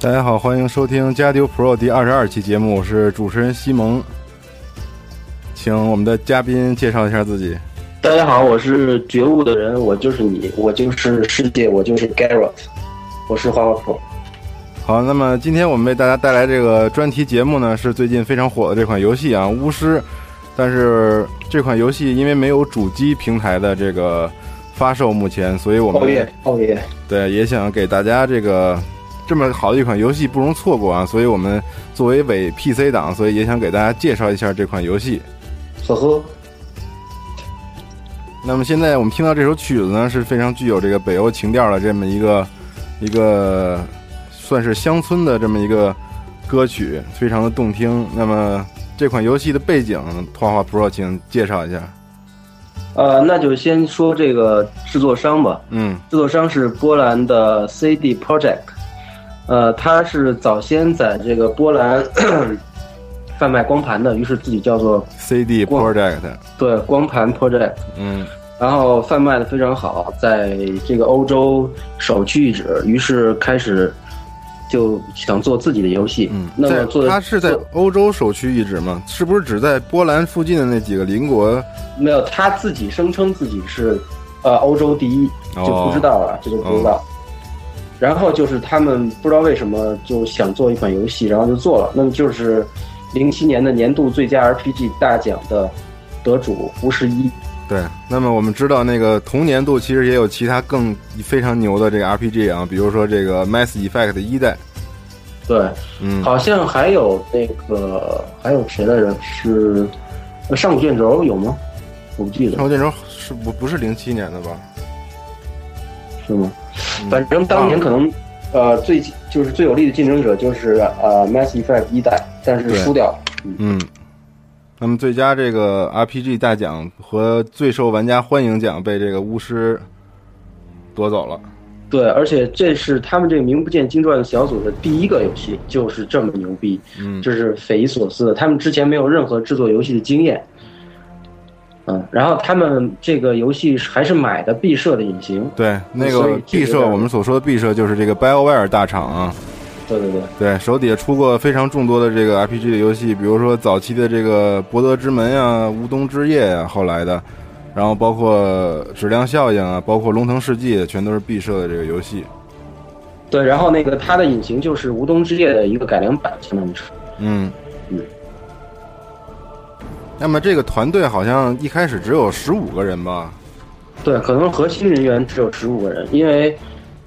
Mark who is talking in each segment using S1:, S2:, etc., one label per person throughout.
S1: 大家好，欢迎收听《加丢 Pro》第二十二期节目，我是主持人西蒙，请我们的嘉宾介绍一下自己。
S2: 大家好，我是觉悟的人，我就是你，我就是世界，我就是 Garrett，我是花花 Pro。
S1: 好，那么今天我们为大家带来这个专题节目呢，是最近非常火的这款游戏啊，《巫师》。但是这款游戏因为没有主机平台的这个发售，目前，所以我们
S2: 奥哦耶，奥耶，
S1: 对也想给大家这个这么好的一款游戏不容错过啊，所以我们作为伪 PC 党，所以也想给大家介绍一下这款游戏。
S2: 呵呵，
S1: 那么现在我们听到这首曲子呢，是非常具有这个北欧情调的这么一个一个算是乡村的这么一个歌曲，非常的动听。那么这款游戏的背景，花花 Pro 请介绍一下。
S2: 呃，那就先说这个制作商吧。
S1: 嗯
S2: 制作商是波兰的 CD Project，呃，他是早先在这个波兰 贩卖光盘的，于是自己叫做
S1: ，CD
S2: 哇
S1: Project，
S2: 对光盘 Project，
S1: 嗯
S2: 然后贩卖的非常好，在这个欧洲首屈一指，于是开始就想做自己的游戏。
S1: 嗯，
S2: 那么
S1: 在
S2: 做
S1: 它是在
S2: 做
S1: 欧洲首屈一指吗？是不是只在波兰附近的那几个邻国？
S2: 没有，他自己声称自己是呃欧洲第一，就
S1: 哦
S2: 不知道了，这就不知道。然后就是他们不知道为什么就想做一款游戏，然后就做了。那么就是零七年的年度最佳 RPG 大奖的得主胡十一，
S1: 对，那么我们知道，那个同年度其实也有其他更非常牛的这个 RPG 啊，比如说这个 Mass Effect 一代，
S2: 对，
S1: 嗯，
S2: 好像还有那个还有谁来着？是呃上古卷轴有吗？我不记得
S1: 上古卷轴是不不是零七年的吧？
S2: 是吗？
S1: 嗯
S2: 反正当年可能呃最就是最有力的竞争者就是呃 Mass Effect 一代，但是
S1: 对
S2: 输掉了。
S1: 嗯，那么最佳这个 RPG 大奖和最受玩家欢迎奖被这个巫师夺走了。
S2: 对，而且这是他们这个名不见经传的小组的第一个游戏，就是这么牛逼，
S1: 嗯，
S2: 这是匪夷所思的。他们之前没有任何制作游戏的经验，嗯，然后他们这个游戏是还是买的毕设的隐形，
S1: 对，那
S2: 所
S1: 个
S2: 以这
S1: 毕
S2: 个
S1: 设，我们所说的毕设就是这个 BioWare 大厂啊，
S2: 对对对，
S1: 对手底下出过非常众多的这个 RPG 的游戏，比如说早期的这个《博德之门》啊，《无冬之夜》啊，后来的，然后包括《质量效应》啊，包括《龙腾世纪》，全都是毕设的这个游戏。
S2: 对，然后那个它的隐形就是《无冬之夜》的一个改良版，相当于是，
S1: 嗯
S2: 嗯。
S1: 那么这个团队好像一开始只有十五个人吧？
S2: 对，可能核心人员只有十五个人，因为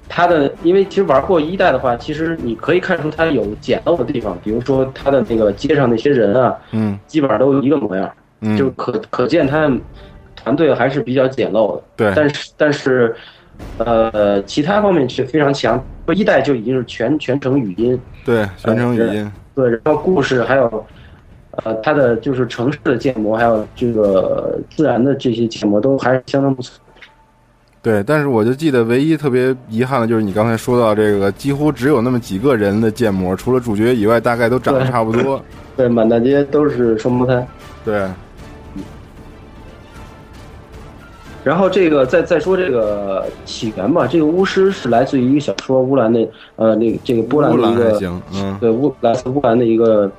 S2: 它的，因为其实玩过一代的话，其实你可以看出它有简陋的地方，比如说它的那个街上那些人啊，
S1: 嗯
S2: 基本上都一个模样。
S1: 嗯，
S2: 就可可见他们团队还是比较简陋的，
S1: 对，
S2: 但是但是，呃，其他方面却非常强。一代就已经是全全程语音，
S1: 对全程语音，
S2: 对，然后故事还有，呃，它的就是城市的建模，还有这个自然的这些建模都还是相当不错。
S1: 对。但是我就记得唯一特别遗憾的就是你刚才说到这个，几乎只有那么几个人的建模，除了主角以外，大概都长得
S2: 对
S1: 差不多。
S2: 对，满大街都是双胞胎。
S1: 对，
S2: 然后这个再再说这个起源吧，这个巫师是来自于一个小说《乌兰》的，呃，那个这个波兰
S1: 乌
S2: 的
S1: 兰
S2: 一
S1: 还
S2: 个
S1: 行，嗯
S2: 对乌来自乌兰的一个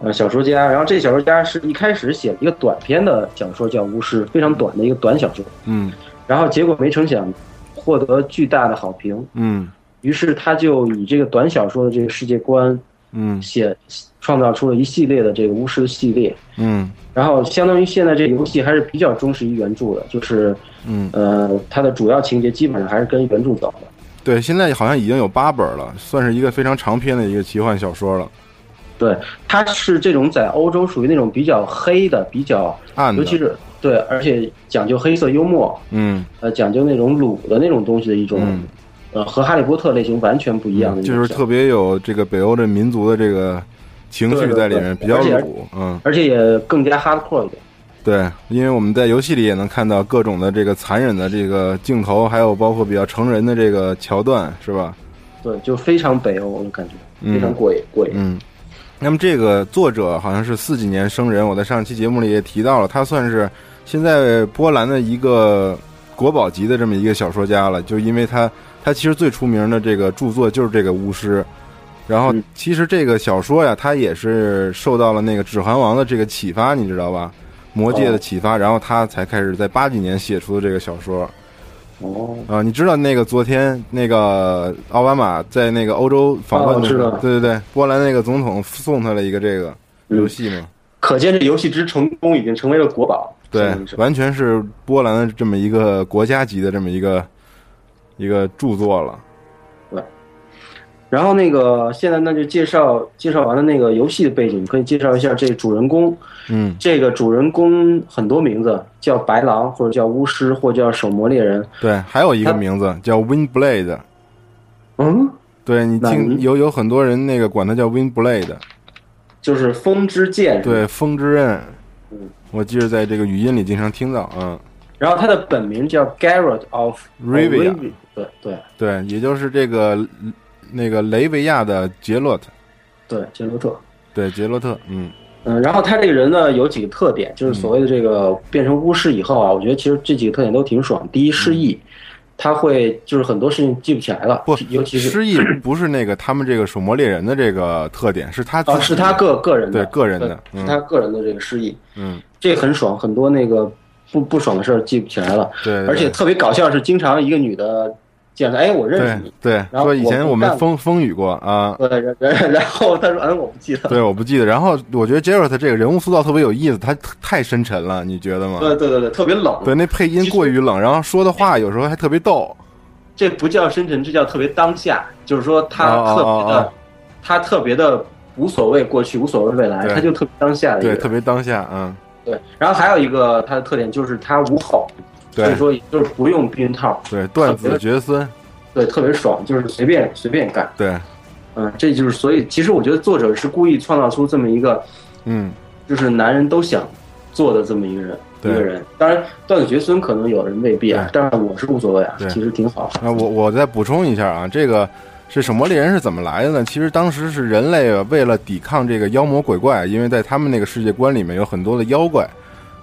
S2: 呃小说家，然后这小说家是一开始写了一个短篇的小说叫《巫师》，非常短的一个短小说，
S1: 嗯
S2: 然后结果没成想获得巨大的好评，
S1: 嗯
S2: 于是他就以这个短小说的这个世界观
S1: 嗯
S2: 写，创造出了一系列的这个巫师系列。
S1: 嗯
S2: 然后相当于现在这个游戏还是比较忠实于原著的，就是
S1: 嗯，
S2: 呃，它的主要情节基本上还是跟原著走的。
S1: 对，现在好像已经有八本了，算是一个非常长篇的一个奇幻小说了，
S2: 对，它是这种在欧洲属于那种比较黑的，比较
S1: 暗的
S2: 尤，其是对，而且讲究黑色幽默，
S1: 嗯，
S2: 呃，讲究那种鲁的那种东西的一种，
S1: 嗯
S2: 呃，和哈利波特类型完全不一样的一种
S1: 就
S2: 小说、
S1: 是特别有这个北欧的民族的这个情绪在里面，比
S2: 对对对
S1: 较
S2: 而且
S1: 鲁，嗯，
S2: 而且也更加 hardcore 一点。
S1: 对，因为我们在游戏里也能看到各种的这个残忍的这个镜头，还有包括比较成人的这个桥段，是吧？
S2: 对，就非常北欧，我感觉非常过瘾，过瘾。
S1: 嗯，那么这个作者好像是四几年生人，我在上期节目里也提到了，他算是现在波兰的一个国宝级的这么一个小说家了，就因为他他其实最出名的这个著作就是这个巫师。然后
S2: 嗯，
S1: 其实这个小说呀，他也是受到了那个《指环王》的这个启发，你知道吧？魔界的启发，然后他才开始在八几年写出的这个小说。
S2: 哦，
S1: 啊，你知道那个昨天那个奥巴马在那个欧洲访问
S2: 哦
S1: 的
S2: 知
S1: 时候，
S2: 道
S1: 对对对，波兰那个总统送他了一个这个
S2: 嗯
S1: 游戏嘛，
S2: 可见这游戏之成功已经成为了国宝。
S1: 对
S2: 相当于，是
S1: 完全是波兰的这么一个国家级的这么一个一个著作了。
S2: 然后那个现在那就介绍介绍完了那个游戏的背景，可以介绍一下这主人公。
S1: 嗯
S2: 这个主人公很多名字，叫白狼，或者叫巫师，或者叫手魔猎人。
S1: 对，还有一个
S2: 他
S1: 名字叫 Wind Blade，
S2: 嗯，
S1: 对你
S2: 那
S1: 听
S2: 你
S1: 有有很多人那个管它叫 Wind Blade，
S2: 就是风之剑。
S1: 对，。风之刃
S2: 嗯，
S1: 我记得在这个语音里经常听到，嗯，
S2: 然后他的本名叫 Garrett of
S1: Rivia
S2: 对对
S1: 对，也就是这个那个雷维亚的杰洛特，
S2: 对，杰罗特。
S1: 对，杰洛特，嗯。
S2: 嗯，然后他这个人呢有几个特点，就是所谓的这个变成巫师以后啊，我觉得其实这几个特点都挺爽。第一，失忆，他会就是很多事情记不起来了，
S1: 嗯不，
S2: 尤其是
S1: 失忆不是那个他们这个手魔猎人的这个特点，是他自
S2: 啊
S1: 己
S2: 是他个个人的
S1: 对个人的，
S2: 是
S1: 嗯
S2: 他个人的这个失忆，
S1: 嗯，
S2: 这很爽，很多那个不不爽的事儿记不起来了，
S1: 对，对
S2: 而且特别搞笑是经常一个女的见他，哎，我认识
S1: 对
S2: 你，
S1: 对，
S2: 然后
S1: 说以前
S2: 我
S1: 我
S2: 不
S1: 们
S2: 干
S1: 风风雨过啊，
S2: 对，然然然后他说嗯我不记得，
S1: 对，我不记得。然后我觉得 Jared 这个人物塑造特别有意思，他太深沉了，你觉得吗？
S2: 对对对对，特别冷，
S1: 对，那配音过于冷，然后说的话有时候还特别逗，
S2: 这不叫深沉，这叫特别当下，就是说他
S1: 哦哦
S2: 特别的，
S1: 哦哦
S2: 他特别的无所谓过去，无所谓未来，
S1: 对
S2: 他就特别当下的一个
S1: 对，
S2: 人
S1: 特别当下，嗯，
S2: 对。然后还有一个他的特点就是他无口，所
S1: 对
S2: 以说也就是不用避孕套，
S1: 对，断子绝孙，
S2: 对，特别爽，就是随便随便干，
S1: 对，
S2: 嗯，这就是所以其实我觉得作者是故意创造出这么一个
S1: 嗯，
S2: 就是男人都想做的这么一个人。一
S1: 对
S2: 个人，当然断子绝孙可能有人未必啊
S1: 对，
S2: 但是我是无所谓啊
S1: 对，
S2: 其实挺好。
S1: 那我我再补充一下啊，这个是什么猎人是怎么来的呢？其实当时是人类为了抵抗这个妖魔鬼怪，因为在他们那个世界观里面有很多的妖怪，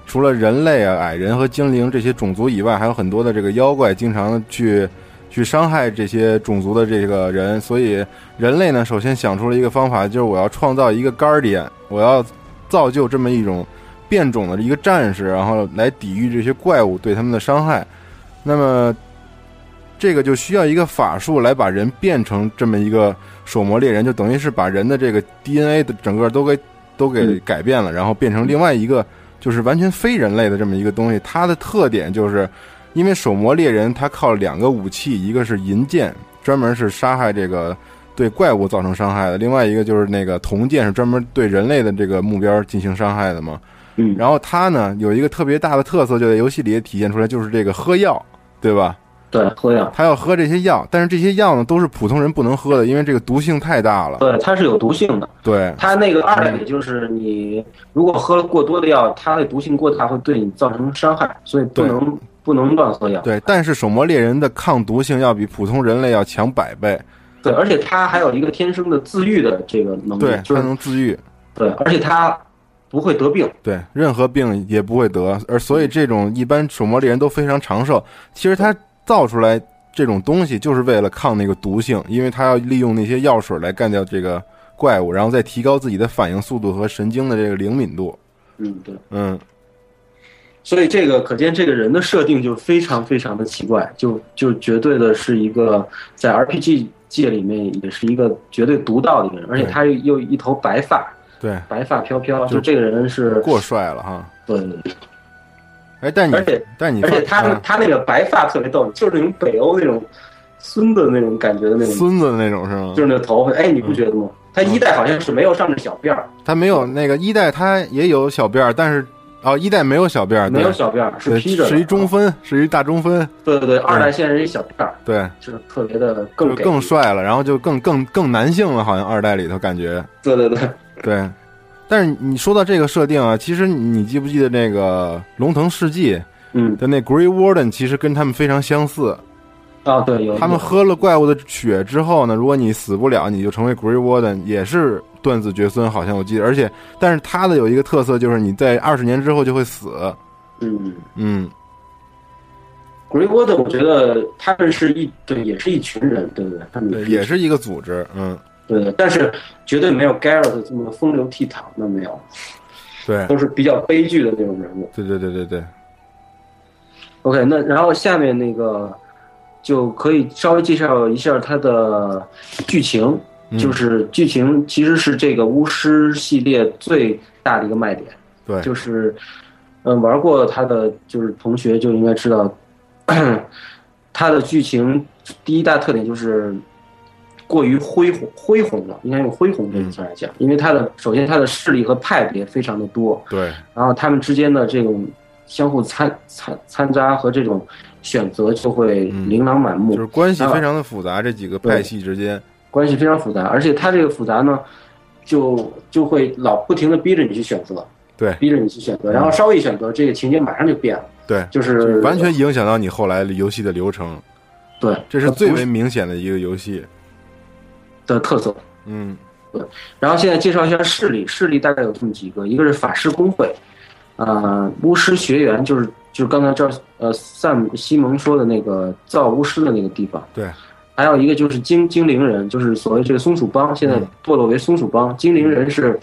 S1: 除了人类啊、矮人和精灵这些种族以外，还有很多的这个妖怪经常去去伤害这些种族的这个人，所以人类呢，首先想出了一个方法，就是我要创造一个 guardian，我要造就这么一种变种的一个战士，然后来抵御这些怪物对他们的伤害。那么这个就需要一个法术来把人变成这么一个手魔猎人，就等于是把人的这个 DNA 的整个都给都给
S2: 嗯
S1: 改变了，然后变成另外一个就是完全非人类的这么一个东西。它的特点就是，因为手魔猎人它靠两个武器，一个是银剑，专门是杀害这个对怪物造成伤害的；另外一个就是那个铜剑，是专门对人类的这个目标进行伤害的嘛。
S2: 嗯，
S1: 然后它呢有一个特别大的特色，就在游戏里也体现出来，就是这个喝药，对吧？
S2: 对，啊喝呀，
S1: 他要喝这些药，但是这些药呢都是普通人不能喝的，因为这个毒性太大了。
S2: 对，它是有毒性的，
S1: 对
S2: 它那个二类就是你如果喝了过多的药，它的毒性过大会对你造成伤害，所以不
S1: 对
S2: 能不能乱喝药。
S1: 对，但是手魔猎人的抗毒性要比普通人类要强百倍，
S2: 对，而且它还有一个天生的自愈的这个能
S1: 对
S2: 力，，就
S1: 它
S2: 嗯是
S1: 能自愈，
S2: 对，而且它不会得病。
S1: 对，任何病也不会得。而所以这种一般手魔猎人都非常长寿。其实他造出来这种东西就是为了抗那个毒性，因为他要利用那些药水来干掉这个怪物，然后再提高自己的反应速度和神经的这个灵敏度。
S2: 嗯，对。
S1: 嗯，
S2: 所以这个可见这个人的设定就非常非常的奇怪，就就绝对的是一个在 RPG 界里面也是一个绝对独到的一个人，而且
S1: 对
S2: 他又一头白发，
S1: 对，
S2: 白发飘飘，
S1: 就
S2: 就这个人是
S1: 过帅了哈。
S2: 对，
S1: 哎，但你
S2: 而且
S1: 但你
S2: 而且
S1: 发
S2: 他
S1: 啊
S2: 那他那个白发特别逗，就是那种北欧那种孙子那种感觉的那种，
S1: 孙子的那嗯种是吗？
S2: 就是那头发，哎，你不觉得吗？他一代好像是没有上面小辫儿，
S1: 他没有那个一代，他也有小辫儿，但是哦，一代没有小辫儿，
S2: 没有
S1: 对
S2: 小辫儿，是
S1: 对
S2: 披着的，
S1: 是一中分，是一大中分，
S2: 对对对，二代现在是一小辫儿，
S1: 对，
S2: 就是特别的
S1: 就
S2: 更
S1: 是
S2: 给
S1: 更，帅了，然后就更更更男性了，好像二代里头感觉
S2: 对对对，
S1: 对。但是你说到这个设定啊，其实你记不记得那个龙腾世纪
S2: 嗯，
S1: 的那 Grey Warden，其实跟他们非常相似。
S2: 啊对，有
S1: 他们喝了怪物的血之后呢，如果你死不了，你就成为 Grey Warden，也是断子绝孙，好像我记得。而且，但是他的有一个特色就是你在二十年之后就会死。
S2: 嗯。
S1: 嗯，
S2: Grey w a r d 我觉得他们是一对，也是一群人，对不对？他们
S1: 对，
S2: 是一
S1: 也是一个组织，嗯，
S2: 对对，但是绝对没有 Garrett 这么风流倜傥的，没有，
S1: 对，
S2: 都是比较悲剧的那种人物。
S1: 对对对对对，
S2: OK，那然后下面那个就可以稍微介绍一下它的剧情，
S1: 嗯
S2: 就是剧情其实是这个巫师系列最大的一个卖点，
S1: 对
S2: 就是嗯、呃玩过它的就是同学就应该知道，它的剧情第一大特点就是。过于恢宏恢宏了，应该用恢宏这个词来讲，
S1: 嗯
S2: 因为它的首先它的势力和派别非常的多，
S1: 对，
S2: 然后他们之间的这种相互参参参杂和这种选择就会琳琅满目，
S1: 嗯就是关系非常的复杂，这几个派系之间，
S2: 关系非常复杂。而且它这个复杂呢，就就会老不停的逼着你去选择，
S1: 对
S2: 逼着你去选择，
S1: 嗯
S2: 然后稍微一选择，这个情节马上就变了，
S1: 对，
S2: 就是
S1: 完全影响到你后来游戏的流程，
S2: 对，
S1: 这是最
S2: 不
S1: 为明显的一个游戏。
S2: 的特色。
S1: 嗯，
S2: 然后现在介绍一下势力，势力大概有这么几个，一个是法师工会，呃，巫师学员就是就是刚才这呃 Sam 西蒙说的那个造巫师的那个地方，
S1: 对，
S2: 还有一个就是精精灵人，就是所谓这个松鼠
S1: 嗯
S2: 帮，现在堕落为松鼠帮。精灵人是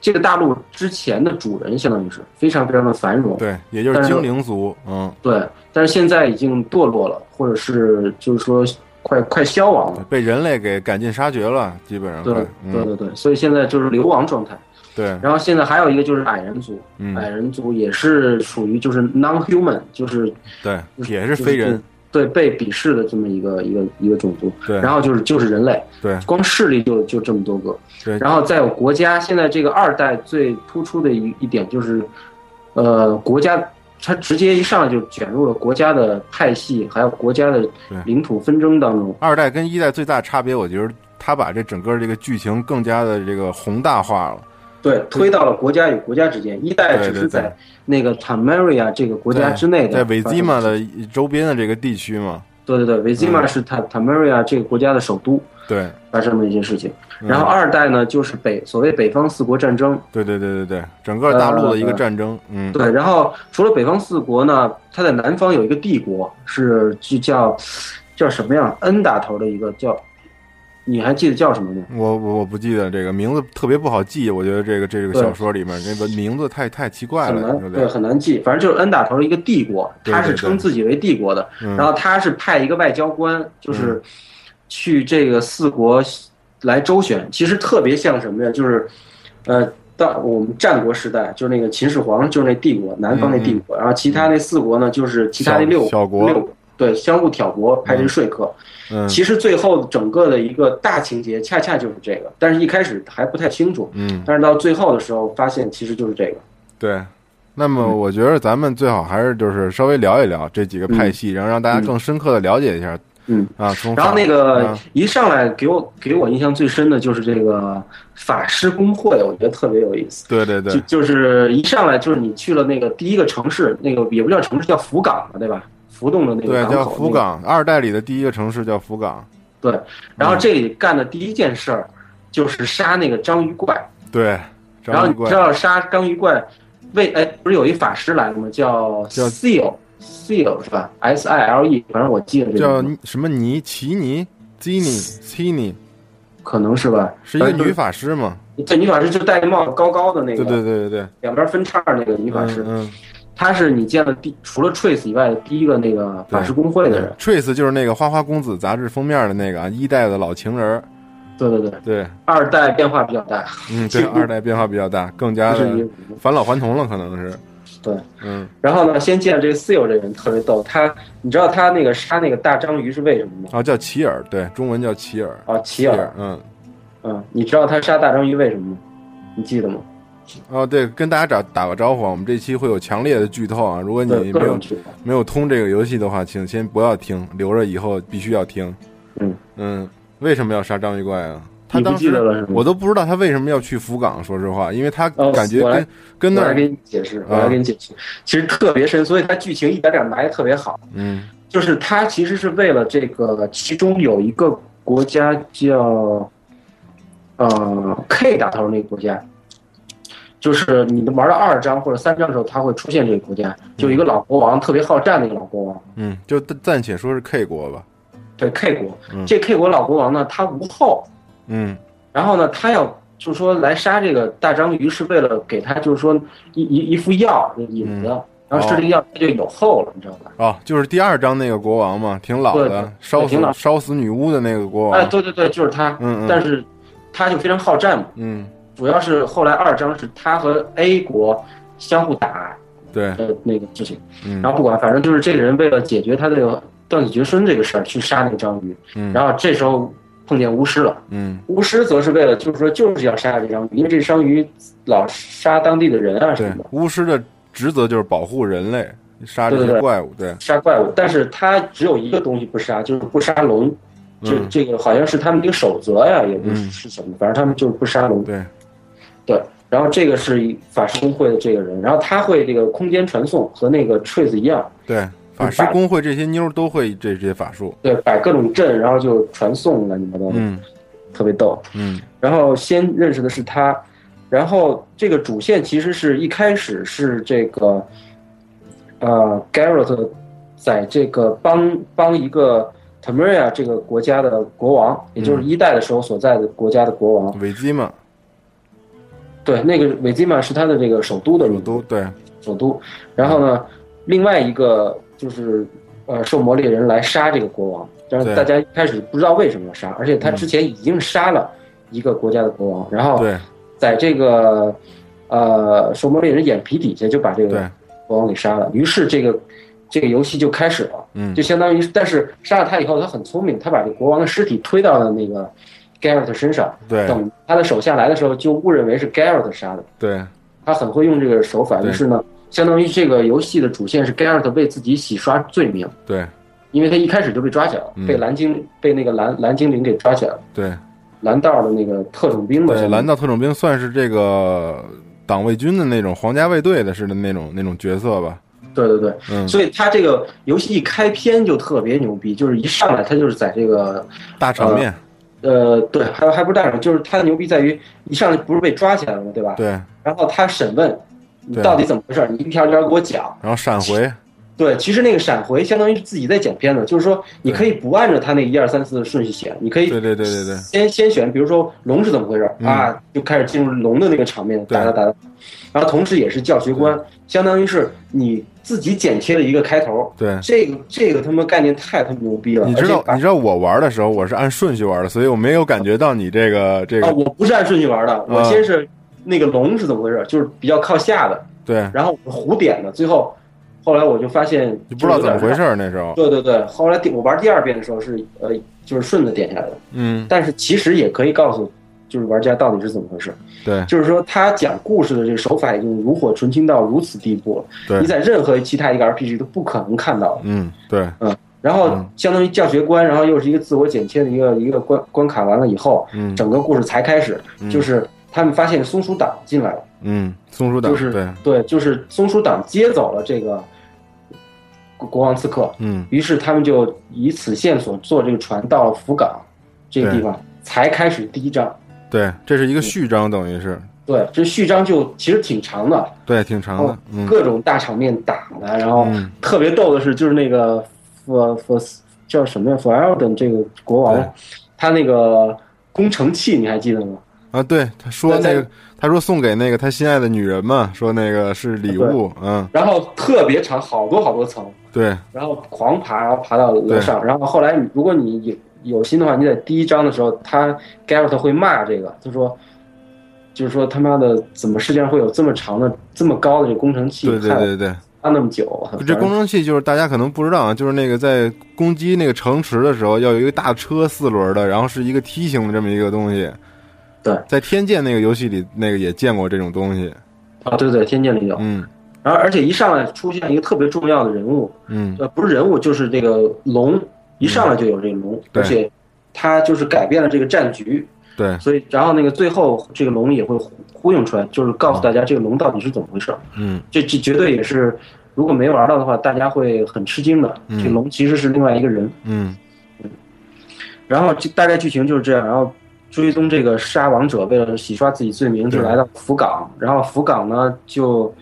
S2: 这个大陆之前的主人，相当于是非常非常的繁荣。
S1: 对，也就是
S2: 但是
S1: 精灵族，嗯，
S2: 对，但是现在已经堕落了，或者是就是说快快消亡了。
S1: 被人类给赶尽杀绝了，基本上
S2: 对
S1: 快，
S2: 对
S1: 嗯，
S2: 对对，所以现在就是流亡状态。
S1: 对，
S2: 然后现在还有一个就是矮人族，矮
S1: 嗯，
S2: 人族也是属于就是 non-human，就是
S1: 对，也是非人，，
S2: 就是对被鄙视的这么一个一个一个种族。
S1: 对
S2: 然后就是就是人类，
S1: 对
S2: 光势力就就这么多个。
S1: 对，
S2: 然后再有国家，现在这个二代最突出的一一点就是，呃，国家它直接一上来就卷入了国家的派系，还有国家的领土纷争当中。
S1: 二代跟一代最大差别，我觉得他把这整个这个剧情更加的这个宏大化了。
S2: 对，推到了国家与国家之间。一代只是
S1: 对对
S2: 在那个 Tamaria 这个国家之内的，
S1: 在维基玛。嗯的周边的这个地区嘛，
S2: 对对对，维基玛是 Ta Tamaria 这个国家的首都，
S1: 对，
S2: 发生了一些事情。
S1: 嗯
S2: 然后二代呢，就是北所谓北方四国战争，
S1: 对对对对对，整个大陆的一个战争，嗯，
S2: 呃对，然后除了北方四国呢，它在南方有一个帝国，是就叫叫什么呀？N 打头的一个叫，你还记得叫什么吗？
S1: 我我我不记得这个名字特别不好记，我觉得这个这个
S2: 对
S1: 小说里面这个名字太太奇怪
S2: 很
S1: 了，有
S2: 难，对，
S1: 点，
S2: 很难记。反正就是 N 打头的一个帝国，
S1: 对
S2: 它是
S1: 对对
S2: 称自己为帝国的，
S1: 嗯
S2: 然后他是派一个外交官，就是去这个四国来周旋。其实特别像什么呀？就是，呃，到我们战国时代，就是那个秦始皇，就是那帝国，南方那帝国，然后其他那四国呢，就是其他那
S1: 嗯
S2: 六
S1: 小小国
S2: 六对相互挑拨，派这个说客。
S1: 嗯
S2: 其实最后整个的一个大情节，恰恰就是这个，但是一开始还不太清楚，
S1: 嗯，
S2: 但是到最后的时候发现其实就是这个。
S1: 对。那么
S2: 嗯
S1: 我觉得咱们最好还是就是稍微聊一聊这几个派系，然后让大家更深刻的了解一下
S2: 嗯，
S1: 啊。从
S2: 然后那
S1: 啊
S2: 个一上来给我给我印象最深的就是这个法师工会，我觉得特别有意思。
S1: 对对
S2: 就
S1: 对
S2: 就是一上来就是你去了那个第一个城市，那个也不叫城市，叫福冈嘛，对吧？浮动的那个
S1: 对，
S2: 港口。
S1: 叫福冈，二代里的第一个城市叫福冈，
S2: 那个。对，然后
S1: 嗯
S2: 这里干的第一件事儿就是杀那个章鱼怪，
S1: 对，
S2: 然
S1: 张
S2: 后你
S1: 玉怪
S2: 知，道杀章鱼怪，为哎不是有一法师来了吗？叫
S1: 叫
S2: Seal Seal 是吧？S I L E，反正我记得这
S1: 叫
S2: 个
S1: 什么尼奇尼基尼奇尼，
S2: 可能是吧？
S1: 是一个
S2: 反正就是
S1: 女法师嘛？
S2: 对，女法师就戴一帽子高高的那个，
S1: 对对对对对，
S2: 两边分叉那个女法师。
S1: 嗯嗯
S2: 他是你见了第除了 Trace 以外的第一个那个法师工会的人。
S1: 嗯 Trace 就是那个《花花公子》杂志封面的那个啊，一代的老情人儿。
S2: 对对对，
S1: 对，
S2: 二代变化比较大，
S1: 嗯，对，二代变化比较大，更加
S2: 就是
S1: 的
S2: 你
S1: 返老还童了，可能是。
S2: 对。
S1: 嗯
S2: 然后呢，先见这个四友这人特别逗，他你知道他那个杀那个大章鱼是为什么吗？
S1: 啊，叫齐尔，对，中文叫齐尔。
S2: 啊，齐尔，
S1: 嗯，
S2: 嗯，你知道他杀大章鱼为什么吗？你记得吗？
S1: 哦，对，跟大家打打个招呼啊，我们这期会有强烈的剧透啊，如果你
S2: 对，
S1: 没
S2: 各
S1: 有
S2: 种剧透。
S1: 没有通这个游戏的话，请先不要听，留着以后必须要听。
S2: 嗯
S1: 嗯，为什么要杀章鱼怪啊？他
S2: 你不
S1: 当
S2: 记
S1: 时
S2: 得了是吗？
S1: 我都不知道他为什么要去福冈，说实话，因为他
S2: 哦
S1: 感觉
S2: 我来
S1: 跟跟那
S2: 我来
S1: 儿，
S2: 给你解释，我
S1: 啊
S2: 来给你解释，其实特别深，所以它剧情一点点埋的特别好。
S1: 嗯
S2: 就是它其实是为了这个，其中有一个国家叫，呃，K 打头那个国家，就是你玩到二章或者三章的时候，它会出现这个国家，就一个老国王特别好战的一个老国王，
S1: 嗯，就暂且说是 K 国吧，
S2: 对 K 国
S1: 嗯，
S2: 这 K 国老国王呢，他无后，
S1: 嗯
S2: 然后呢，他要就说来杀这个大章鱼是为了给他就是说一一一副药引
S1: 嗯
S2: 子，然后吃这个药他就有后了，你知道吧？
S1: 哦，就是第二章那个国王嘛，挺老
S2: 对
S1: 的
S2: 对，
S1: 烧
S2: 挺老
S1: 死烧死女巫的那个国
S2: 哎，
S1: 王，
S2: 对对对，就是他。
S1: 嗯嗯
S2: 但是他就非常好战嘛，
S1: 嗯，
S2: 主要是后来二章是他和 A 国相互打
S1: 对，
S2: 的那个事情，
S1: 嗯
S2: 然后不管，反正就是这个人为了解决他这个断子绝孙这个事儿去杀那个章鱼，
S1: 嗯
S2: 然后这时候碰见巫师了。
S1: 嗯
S2: 巫师则是为了，就是说，就是要杀这章鱼，因为这章鱼老杀当地的人啊什
S1: 对
S2: 么的。，
S1: 巫师的职责就是保护人类，杀这
S2: 对对
S1: 些
S2: 对
S1: 怪物，对，
S2: 杀怪物，但是他只有一个东西不杀，就是不杀龙。这、
S1: 嗯
S2: 这个好像是他们这个守则呀，也不
S1: 嗯
S2: 是是什么，反正他们就是不杀龙。
S1: 对，
S2: 对，然后这个是一法师工会的这个人，然后他会这个空间传送和那个 Trace 一样，
S1: 对，法师工会这些妞儿都会这这些法术。
S2: 对，摆各种阵，然后就传送了，你们都、
S1: 嗯
S2: 特别逗。
S1: 嗯
S2: 然后先认识的是他，然后这个主线其实是一开始是这个，呃，Garrett 在这个帮帮一个 Tamiria 这个国家的国王，也就是一代的时候所在的国家的国王，，
S1: 维基嘛，
S2: 对，那个维基玛是他的这个首都的
S1: 首
S2: 名字
S1: 都对，
S2: 首都。然后呢，另外一个就是呃，兽魔猎人来杀这个国王，但
S1: 对嗯
S2: 是大家一开始不知道为什么要杀，而且他之前已经杀了一个国家的国王，然后
S1: 对
S2: 在这个呃兽魔猎人眼皮底下就把这
S1: 对
S2: 个，国王给杀了。于是这个这个游戏就开始了，
S1: 嗯
S2: 就相当于，但是杀了他以后，他很聪明，他把这个国王的尸体推到了那个 Garrett 身上，
S1: 对
S2: 等他的手下来的时候，就误认为是 Garrett 杀的。
S1: 对，
S2: 他很会用这个手法，
S1: 对
S2: 于是呢，相当于这个游戏的主线是 Garrett 为自己洗刷罪名，
S1: 对
S2: 因为他一开始就被抓起来了，
S1: 嗯
S2: 被蓝精被那个蓝蓝精灵给抓起来了，
S1: 对
S2: 蓝道的那个特种兵吧，
S1: 对，
S2: 相当
S1: 蓝
S2: 于
S1: 道特种兵算是这个党卫军的那种皇家卫队的似的那种那种角色吧，
S2: 对对对，
S1: 嗯，
S2: 所以他这个游戏一开篇就特别牛逼，就是一上来他就是在这个
S1: 大场面，
S2: 呃，对，还还不是大人，就是他的牛逼在于一上来不是被抓起来了吗？对吧？
S1: 对，然
S2: 然后他审问你
S1: 对
S2: 到底怎么回事，你一条一条给我讲。
S1: 后闪回，
S2: 对，其实那个闪回相当于是自己在剪片子，就是说你可以不按照他那一二三四的顺序写，你可以
S1: 对对对对对
S2: 先先选，比如说龙是怎么回事、
S1: 嗯
S2: 啊，就开始进入龙的那个场面，
S1: 对
S2: 打打打打，然后同时也是教学观，相当于是你自己剪贴了一个开头。
S1: 对。
S2: 这个这个他妈概念太他妈牛逼了！
S1: 你
S2: 而
S1: 知
S2: 且啊
S1: 道，
S2: 把
S1: 你知道我玩的时候，我是按顺序玩的，所以我没有感觉到你这个这
S2: 啊，
S1: 个
S2: 我不是按顺序玩的，我
S1: 啊
S2: 先是那个龙是怎么回事，就是比较靠下的，
S1: 对，
S2: 然后我是胡点的，最后后来我就发现
S1: 就不知道
S2: 就是
S1: 怎
S2: 有
S1: 么
S2: 点
S1: 回事儿那时候，
S2: 对对对，后来第我玩第二遍的时候是呃，就是顺着点下来的，
S1: 嗯，
S2: 但是其实也可以告诉就是玩家到底是怎么回事，
S1: 对
S2: 就是说他讲故事的这个手法已经炉火纯青到如此地步了，
S1: 对
S2: 你，在任何其他一个 RPG 都不可能看到的。
S1: 嗯对，
S2: 然后
S1: 嗯
S2: 相当于教学关，然后又是一个自我剪切的一个一个关关卡，完了以后，
S1: 嗯
S2: 整个故事才开始，
S1: 嗯
S2: 就是他们发现松鼠党进来了，
S1: 嗯，松鼠党，
S2: 就是
S1: 对，
S2: 对，就是松鼠党接走了这个国国王刺客，
S1: 嗯
S2: 于是他们就以此线索坐这个船到了福冈这个地方，才开始第一章。
S1: 对，这是一个序章，等于是，
S2: 对，这序章就其实挺长的，
S1: 对，挺长的，嗯，
S2: 各种大场面打的，然后
S1: 嗯
S2: 特别逗的是，就是那个佛佛叫什么呀？佛尔登这个国
S1: 对
S2: 王，他那个工程器你还记得吗？
S1: 啊，对，他说
S2: 在
S1: 那个他说送给那个他心爱的女人嘛，说那个是
S2: 啊
S1: 礼物，嗯，
S2: 然后特别长，好多好多层，
S1: 对，
S2: 然后狂爬，然后爬到楼上，然后后来你如果你有有心的话，你在第一章的时候，他 Garrett 会骂这个，他说，就是说他妈的，怎么世界上会有这么长的、这么高的这工程器？
S1: 对对对对，
S2: 看了那么久，
S1: 这工程器就是大家可能不知道啊，就是那个在攻击那个城池的时候，要有一个大车四轮的，然后是一个梯形的这么一个东西，
S2: 对
S1: 在天剑那个游戏里那个也见过这种东西，
S2: 啊，对对，天剑里有，
S1: 嗯
S2: 然后而且一上来出现一个特别重要的人物，
S1: 嗯，
S2: 呃，不是人物，就是这个龙，一上来就有这个龙，
S1: 对
S2: 而且他就是改变了这个战局，
S1: 对，
S2: 所以然后那个最后这个龙也会呼呼应出来，就是告诉大家这个龙到底是怎么回事儿。
S1: 嗯
S2: 这这绝对也是，如果没玩到的话，大家会很吃惊的。
S1: 嗯
S2: 这龙其实是另外一个人。
S1: 嗯
S2: 然后这大概剧情就是这样，然后追踪这个杀王者为了洗刷自己罪名，就
S1: 对
S2: 来到福冈，然后福冈呢就，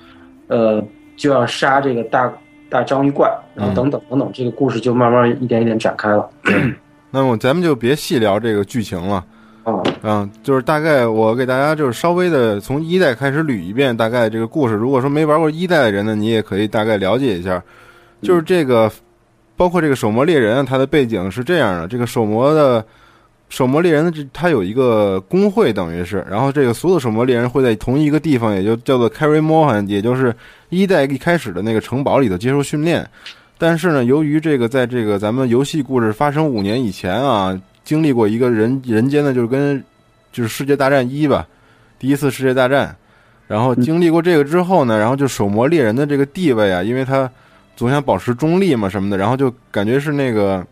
S2: 呃就要杀这个大大章鱼怪，然后
S1: 嗯
S2: 等等等等，这个故事就慢慢一点一点展开了。
S1: 那么咱们就别细聊这个剧情了。
S2: 啊，
S1: 嗯，就是大概我给大家就是稍微的从一代开始捋一遍大概这个故事。如果说没玩过一代的人呢，你也可以大概了解一下。就是这个，包括这个《手魔猎人》，啊它的背景是这样的：这个手魔的手魔猎人，这它有一个工会，等于是，然后这个所有手魔猎人会在同一个地方，也就叫做 Carry Mohan，也就是一代一开始的那个城堡里头接受训练。但是呢，由于这个在这个咱们游戏故事发生五年以前啊，经历过一个人人间的，就是跟就是世界大战一吧，第一次世界大战，然后经历过这个之后呢，然后就手魔猎人的这个地位啊，因为他总想保持中立嘛什么的，然后就感觉是那个，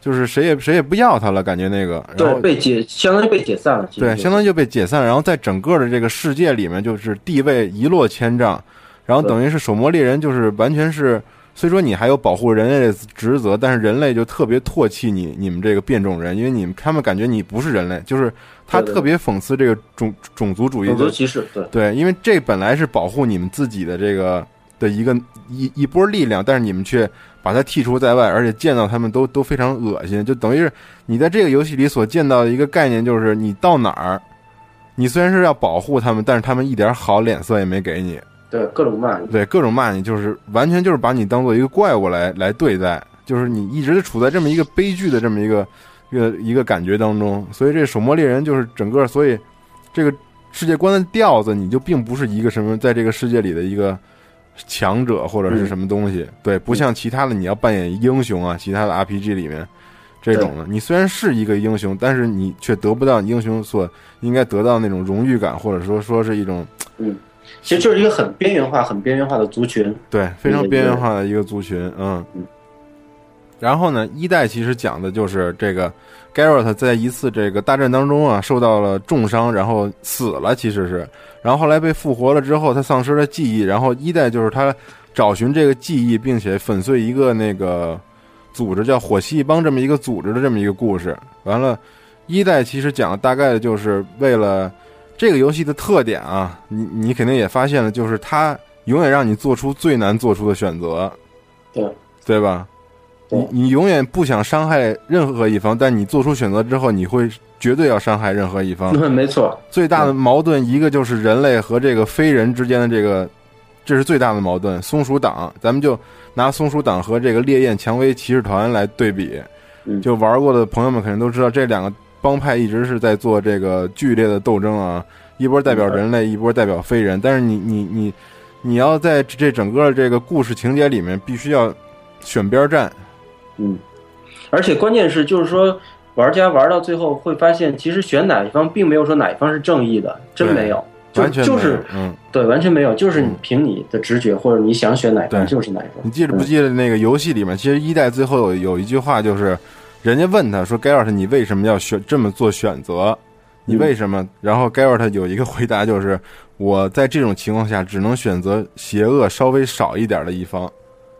S1: 就是谁也谁也不要他了，感觉那个，然
S2: 对
S1: 后，
S2: 被解相当于被解散了。其实
S1: 对，相当于就被解散，然后在整个的这个世界里面，就是地位一落千丈，然后等于是手魔猎人，就是完全是，虽说你还有保护人类的职责，但是人类就特别唾弃你你们这个变种人，因为你们他们感觉你不是人类，就是他
S2: 对对
S1: 特别讽刺这个种种族主义
S2: 种族
S1: 的，
S2: 歧视，对
S1: 对，因为这本来是保护你们自己的这个的一个一一波力量，但是你们却把它剔除在外，而且见到他们都都非常恶心，就等于是你在这个游戏里所见到的一个概念，就是你到哪儿，你虽然是要保护他们，但是他们一点好脸色也没给你，
S2: 对，各种骂你。
S1: 对，各种骂你，就是完全就是把你当做一个怪物来来对待，就是你一直处在这么一个悲剧的这么一个一个一个感觉当中，所以这手魔猎人就是整个，所以这个世界观的调子，你就并不是一个什么在这个世界里的一个强者或者是什么东西，对，不像其他的你要扮演英雄啊，其他的 RPG 里面这种的，你虽然是一个英雄，但是你却得不到你英雄所应该得到那种荣誉感，或者说说是一种
S2: 其实就是一个很边缘化、很边缘化的族群。
S1: 对，非常
S2: 对
S1: 边缘
S2: 对
S1: 化的一个族群，嗯
S2: 嗯。
S1: 然后呢，一代其实讲的就是这个 Garrett 在一次这个大战当中啊，受到了重伤，然后死了，其实是，然后后来被复活了之后，他丧失了记忆，然后一代就是他找寻这个记忆，并且粉碎一个那个组织叫火系帮这么一个组织的这么一个故事。完了，一代其实讲的大概就是为了这个游戏的特点啊，你你肯定也发现了，就是它永远让你做出最难做出的选择，
S2: 对
S1: 对吧？
S2: 对
S1: 你你永远不想伤害任何一方，但你做出选择之后，你会绝对要伤害任何一方。
S2: 嗯， 没错，
S1: 最大的矛盾一个就是人类和这个非人之间的这个，这是最大的矛盾。松鼠党，咱们就拿松鼠党和这个烈焰蔷薇骑士团来对比，
S2: 嗯
S1: 就玩过的朋友们肯定都知道，这两个帮派一直是在做这个剧烈的斗争啊，一波代表人
S2: 嗯
S1: 类，一波代表非人。但是你你你你要在这这整个这个故事情节里面，必须要选边站，
S2: 嗯，而且关键是，就是说，玩家玩到最后会发现，其实选哪一方并没有说哪一方是正义的，真
S1: 对
S2: 没有，就
S1: 完全没有
S2: 就是
S1: 嗯。
S2: 对，完全没有，就是你
S1: 嗯
S2: 凭你的直觉或者你想选哪一
S1: 对
S2: 方就是哪一方
S1: 你。记得不记得那个游戏里面，其实一代最后有有一句话，就是人家问他说 g a r r t 你为什么要选这么做选择？
S2: 嗯
S1: 你为什么？”然后 g a r r t 有一个回答就是：“我在这种情况下只能选择邪恶稍微少一点的一方。”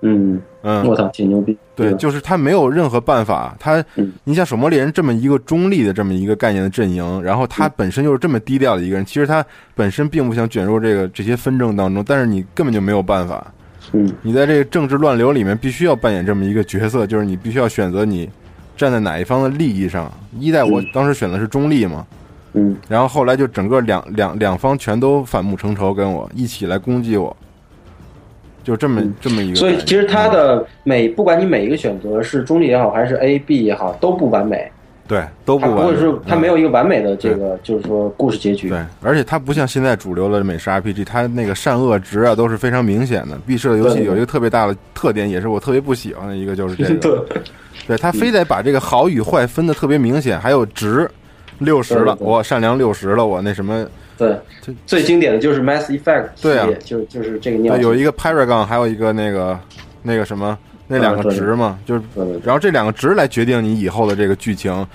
S2: 嗯，
S1: 嗯，
S2: 我操，挺牛逼。
S1: 对，
S2: 吧
S1: 就是他没有任何办法，他
S2: 嗯，
S1: 你像守魔猎人这么一个中立的这么一个概念的阵营，然后他本身又是这么低调的一个人，其实他本身并不想卷入这个这些纷争当中，但是你根本就没有办法，
S2: 嗯，
S1: 你在这个政治乱流里面必须要扮演这么一个角色，就是你必须要选择你站在哪一方的利益上。一代我当时选的是中立嘛，
S2: 嗯，
S1: 然后后来就整个两两两方全都反目成仇，跟我一起来攻击我，就这么这么一个感觉。
S2: 嗯
S1: 嗯
S2: 所以其实它的每不管你每一个选择是中立也好，还是 A B 也好，都不完美，
S1: 对都不
S2: 它不
S1: 完
S2: 会
S1: 美，
S2: 说它
S1: 嗯
S2: 没有一个完美的这个就是说故事结局。
S1: 对，而且它不像现在主流的美式 RPG，它那个善恶值啊都是非常明显的。毕设的游戏
S2: 对
S1: 有一个特别大的特点，也是我特别不喜欢的一个，就是这个。
S2: 对
S1: 对，它非得把这个好与坏分的特别明显，还有值，六十了，
S2: 对对对
S1: 我善良六十了，我那什么，
S2: 对
S1: 这，
S2: 最经典的就是 Mass Effect 系
S1: 对啊
S2: 列，就就是这个尿
S1: 对，
S2: 性。
S1: 有一个 Paragon，还有一个那个那个什么，那两个
S2: 对对
S1: 值嘛，就是
S2: 啊对对对
S1: 然后这两个值来决定你以后的这个剧情。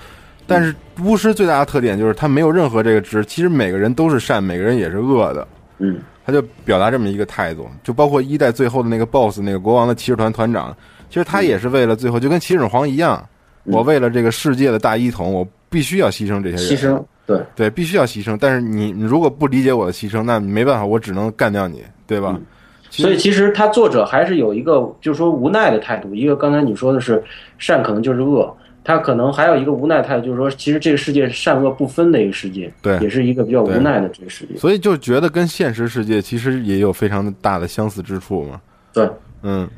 S1: 但是巫师最大的特点就是他没有任何这个值，其实每个人都是善，每个人也是恶的。
S2: 嗯，
S1: 他就表达这么一个态度，就包括一代最后的那个 BOSS，那个国王的骑士团团长，其实他也是为了最后就跟骑士皇一样，我嗯为了这个世界的大一统，我必须要牺牲这些人，
S2: 牺牲，对
S1: 对，必须要牺牲。但是你你如果不理解我的牺牲，那没办法，我只能干掉你，对吧？其实
S2: 所以其实他作者还是有一个就是说无奈的态度，一个刚才你说的是善可能就是恶，他可能还有一个无奈态度，就是说其实这个世界是善恶不分的一个世界，
S1: 对
S2: 也是一个比较无奈的这个世界，
S1: 所以就觉得跟现实世界其实也有非常大的相似之处嘛。
S2: 对。
S1: 嗯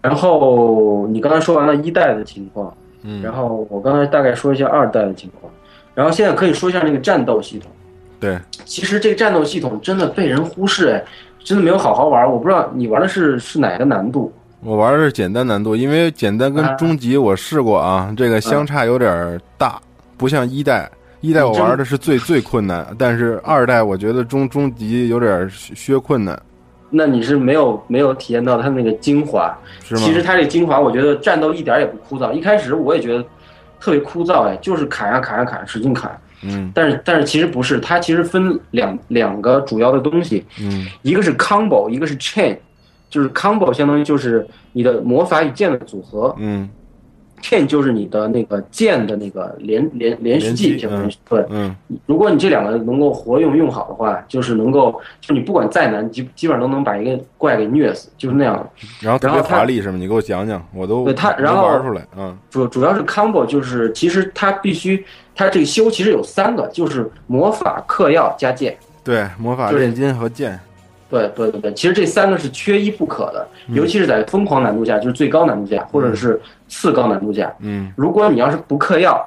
S2: 然后你刚才说完了一代的情况，
S1: 嗯，
S2: 然后我刚才大概说一下二代的情况，然后现在可以说一下那个战斗系统。
S1: 对，
S2: 其实这个战斗系统真的被人忽视，哎，真的没有好好玩。我不知道你玩的是是哪个难度，
S1: 我玩的是简单难度，因为简单
S2: 啊
S1: 跟终极我试过啊，这个相差有点儿大，
S2: 嗯
S1: 不像一代。一代我玩的是最最困难，但是二代我觉得终终极有点儿削困难，
S2: 那你是没有没有体验到它那个精华。
S1: 是吗？
S2: 其实它这精华，我觉得战斗一点也不枯燥。一开始我也觉得特别枯燥，哎，就是砍呀、砍呀、砍，使劲砍。
S1: 嗯
S2: 但是但是其实不是，它其实分两两个主要的东西，
S1: 嗯
S2: 一个是 combo，一个是 chain。就是 combo 相当于就是你的魔法与剑的组合
S1: 嗯
S2: ，chain 就是你的那个剑的那个连连连续技，
S1: 连击
S2: 相当于
S1: 嗯
S2: 是对。
S1: 嗯
S2: 如果你这两个能够活用用好的话，就是能够，就你不管再难，基基本上都能把一个怪给虐死，就是那样的。
S1: 然后特
S2: 然后
S1: 别
S2: 它
S1: 华丽是吗？你给我讲讲，我都
S2: 对它
S1: 没
S2: 然后
S1: 玩出来，嗯
S2: 主主要是 combo，就是其实它必须，它这个修其实有三个，就是魔法、嗑药加剑。
S1: 对，魔法
S2: 就是
S1: 炼金和剑，
S2: 对对对对，其实这三个是缺一不可的，尤其是在疯狂难度下，就是最高难度下，或者是次高难度下。
S1: 嗯
S2: 如果你要是不嗑药，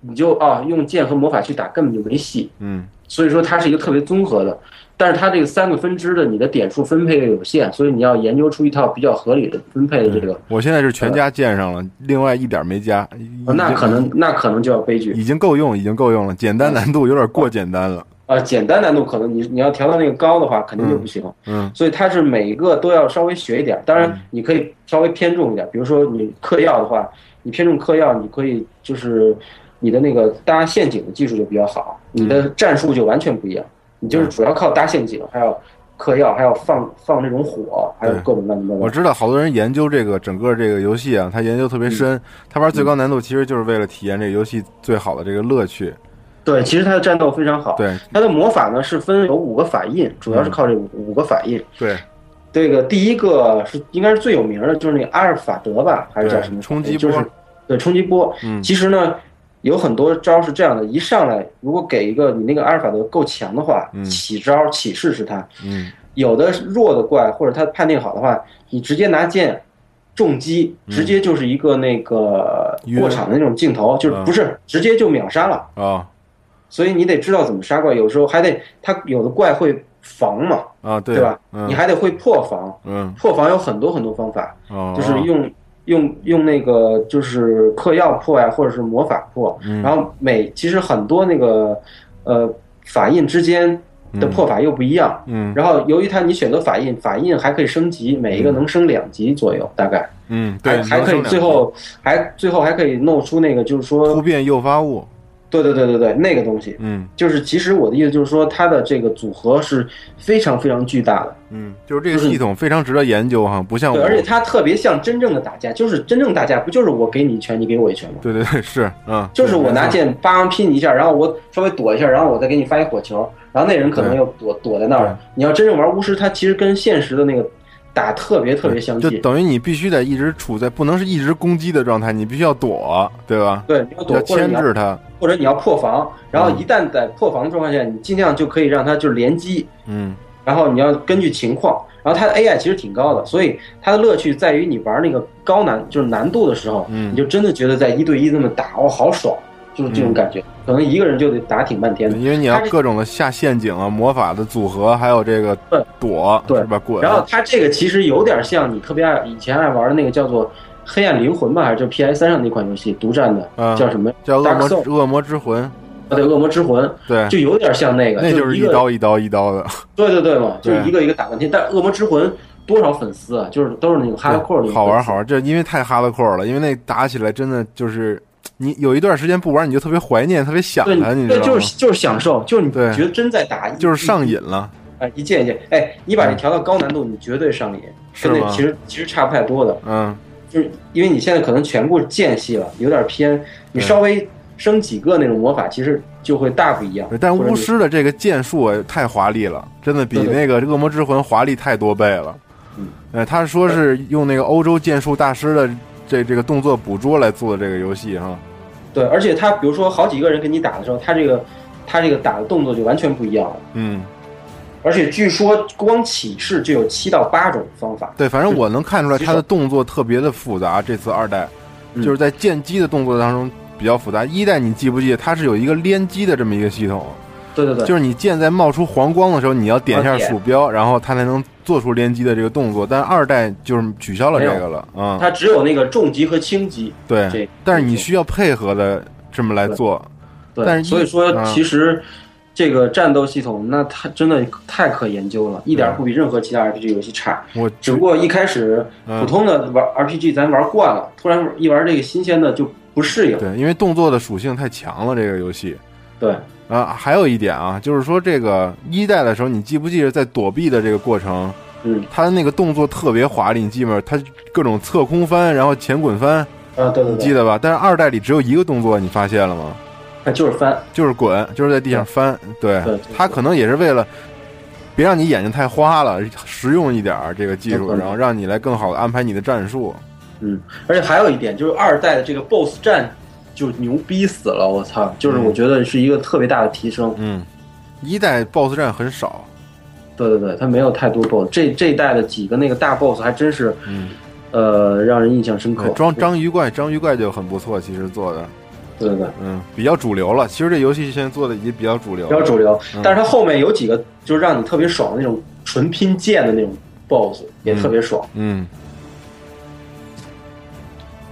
S2: 你就啊、用剑和魔法去打根本就没戏。
S1: 嗯
S2: 所以说它是一个特别综合的，但是它这个三个分支的你的点数分配有限，所以你要研究出一套比较合理的分配的这个，
S1: 我现在是全加剑上了，另外一点儿没加，
S2: 哦
S1: 已
S2: 那
S1: 经
S2: 可能那可能就要悲剧
S1: 已经够用，已经够用了，简单难度有点过简单了，
S2: 啊、简单难度可能你你要调到那个高的话，肯定就不行。
S1: 嗯
S2: 所以它是每一个都要稍微学一点，当然你可以稍微偏重一点，比如说你嗑药的话，你偏重嗑药，你可以就是你的那个搭陷阱的技术就比较好，你的
S1: 嗯
S2: 战术就完全不一样，你就是主要靠搭陷阱，还有嗑药，还有放放那种火，还有
S1: 对
S2: 各种乱七八糟
S1: 我。知道好多人研究这个整个这个游戏啊，他研究特别
S2: 嗯
S1: 深，他玩最高难度其实就是为了体验这个游戏最好的这个乐趣。
S2: 对，其实它的战斗非常好。
S1: 对嗯
S2: 它的魔法呢是分有五个法印，主要是靠这五五个法印。
S1: 对
S2: 这个第一个是应该是最有名的，就是那个阿尔法德吧，还是叫
S1: 对
S2: 什么，
S1: 冲击
S2: 就
S1: 波，
S2: 是对冲击波。
S1: 嗯
S2: 其实呢，有很多招是这样的：一上来，如果给一个你那个阿尔法德够强的话，
S1: 嗯
S2: 起招起势是它；
S1: 嗯
S2: 有的弱的怪或者他判定好的话，你直接拿剑重击，
S1: 嗯
S2: 直接就是一个那个
S1: 晕
S2: 过场的那种镜头，就是
S1: 嗯
S2: 不是直接就秒杀了。
S1: 啊
S2: 所以你得知道怎么杀怪，有时候还得他有的怪会防嘛，
S1: 啊
S2: 对
S1: 对
S2: 吧？
S1: 嗯
S2: 你还得会破防，
S1: 嗯
S2: 破防有很多很多方法，
S1: 哦
S2: 就是用用用那个就是嗑药破呀，或者是魔法破，
S1: 嗯
S2: 然后每其实很多那个呃法印之间的破法又不一样。
S1: 嗯
S2: 然后，由于它你选择法印，法印还可以升级，每一个能升两级左右，大概
S1: 嗯对
S2: 还，还
S1: 能
S2: 可以
S1: 生两
S2: 最后还最后还可以弄出那个就是
S1: 突
S2: 说，
S1: 变诱发物，
S2: 对对对对对，那个东西，
S1: 嗯
S2: 就是其实我的意思就是说，它的这个组合是非常非常巨大的，
S1: 嗯，就是这个系统非常值得研究哈，不啊像我
S2: 对，而且它特别像真正的打架，就是真正打架不就是我给你一拳，你给我一拳吗？
S1: 对对对是嗯，
S2: 就是我
S1: 对
S2: 拿
S1: 没错
S2: 剑叭拼你一下，然后我稍微躲一下，然后我再给你发一火球，然后那人可能又躲躲在那儿了。你要真正玩巫师，他其实跟现实的那个打特别特别相
S1: 就
S2: 近，
S1: 等于你必须得一直处在不能是一直攻击的状态，你必须要躲，对吧？
S2: 对，你要躲
S1: 要
S2: 或者
S1: 牵
S2: 你要
S1: 制嗯它，
S2: 或者你要破防，然后一旦在破防的状况下，你尽量就可以让它就是联机，
S1: 嗯
S2: 然后你要根据情况，然后它的 AI 其实挺高的，所以它的乐趣在于你玩那个高难就是难度的时候，
S1: 嗯
S2: 你就真的觉得在一对一那么打，哦，好爽，就是这种感觉，可能一个人就得打挺半天的。
S1: 因为你要
S2: 它这
S1: 各种的下陷阱啊、魔法的组合，还有这个
S2: 对
S1: 躲，
S2: 对
S1: 是吧？滚，
S2: 然后它这个其实有点像你特别爱以前爱玩的那个叫做《黑暗灵魂》吧，还是就 PS 三上那款游戏独占的，
S1: 嗯
S2: 叫什么？
S1: 叫恶
S2: Dark
S1: 魔
S2: Soul
S1: 恶魔之魂，
S2: 啊，对，《恶魔之魂》
S1: 对，
S2: 就有点像那个，
S1: 嗯那
S2: 就
S1: 就是
S2: 一
S1: 一
S2: 个
S1: 刀一嗯刀一刀的，
S2: 对对对嘛，就
S1: 对
S2: 是一个一个打半天。但是《恶魔之魂》多少粉丝啊？就是都是那种哈拉扣的，
S1: 对好玩好。玩。这因为太哈拉扣了，因为那打起来真的就是你有一段时间不玩，你就特别怀念，特别想
S2: 对
S1: 它，你，知
S2: 对，
S1: 道
S2: 就
S1: 吗？
S2: 是就是享受，就是你
S1: 对
S2: 觉得真在打，
S1: 就是上瘾了，
S2: 哎，一件一件，哎，你把这调到高难度，你绝对上瘾，
S1: 是
S2: 跟那
S1: 吗
S2: 其实其实差不太多的，
S1: 嗯，
S2: 就是因为你现在可能全部间隙了，有点偏，你
S1: 对
S2: 稍微升几个那种魔法，其实就会大不一样
S1: 对。但
S2: 或者
S1: 巫
S2: 你
S1: 师的这个剑术啊太华丽了，真的比
S2: 对对
S1: 那个恶魔之魂华丽太多倍了。
S2: 嗯，
S1: 呃，他说是用那个欧洲剑术大师的这这个动作捕捉来做的这个游戏哈。
S2: 对，而且他比如说好几个人跟你打的时候，他这个他这个打的动作就完全不一样了，
S1: 嗯，
S2: 而且据说光起势就有七到八种方法。
S1: 对，反正我能看出来
S2: 其
S1: 他
S2: 实
S1: 的动作特别的复杂。这次二代
S2: 嗯
S1: 就是在剑击的动作当中比较复杂。一代你记不记得它是有一个连击的这么一个系统？
S2: 对对对，
S1: 就是你剑在冒出黄光的时候，你要点一下
S2: 我点
S1: 鼠标，然后它才能做出连击的这个动作。但二代就是取消了这
S2: 没有
S1: 个了，嗯，
S2: 它只有那个重击和轻击。
S1: 对，
S2: 这
S1: 但是你需要配合的这么来做，
S2: 对，
S1: 但是一
S2: 所以说
S1: 嗯
S2: 其实这个战斗系统，那它真的太可研究了，一点
S1: 嗯
S2: 儿不比任何其他 RPG 游戏差。
S1: 我
S2: 只不过一开始
S1: 嗯
S2: 普通的玩 RPG 咱玩惯了，突然一玩这个新鲜的就不适应。
S1: 对，因为动作的属性太强了，这个游戏。
S2: 对，
S1: 啊，还有一点啊，就是说这个一代的时候，你记不记得在躲避的这个过程，
S2: 嗯，
S1: 他的那个动作特别华丽，你记吗？他各种侧空翻，然后前滚翻，
S2: 啊，对对
S1: 你记
S2: 对，
S1: 得吧？但是二代里只有一个动作，你发现了吗？
S2: 它就是翻。
S1: 就是滚，就是在地上翻。对
S2: 对
S1: 他可能也是为了别让你眼睛太花了，实用一点儿这个技
S2: 有
S1: 术，
S2: 可能
S1: 然后让你来更好的安排你的战术。
S2: 嗯，而且还有一点就是二代的这个 BOSS 战。就牛逼死了！我操，就是我觉得是一个特别大的提升。
S1: 嗯，一代 BOSS 战很少，
S2: 对对对，它没有太多 BOSS，这这一代的几个那个大 BOSS 还真是，
S1: 嗯，
S2: 呃，让人印象深刻
S1: 对。章章鱼怪，章鱼怪就很不错，其实做的，
S2: 对对对，
S1: 嗯，比较主流了。其实这游戏现在做的已经比较主流
S2: 比较
S1: 了，
S2: 主流
S1: 嗯，
S2: 但是它后面有几个就是让你特别爽的那种纯拼剑的那种 BOSS 也特别爽。
S1: 嗯，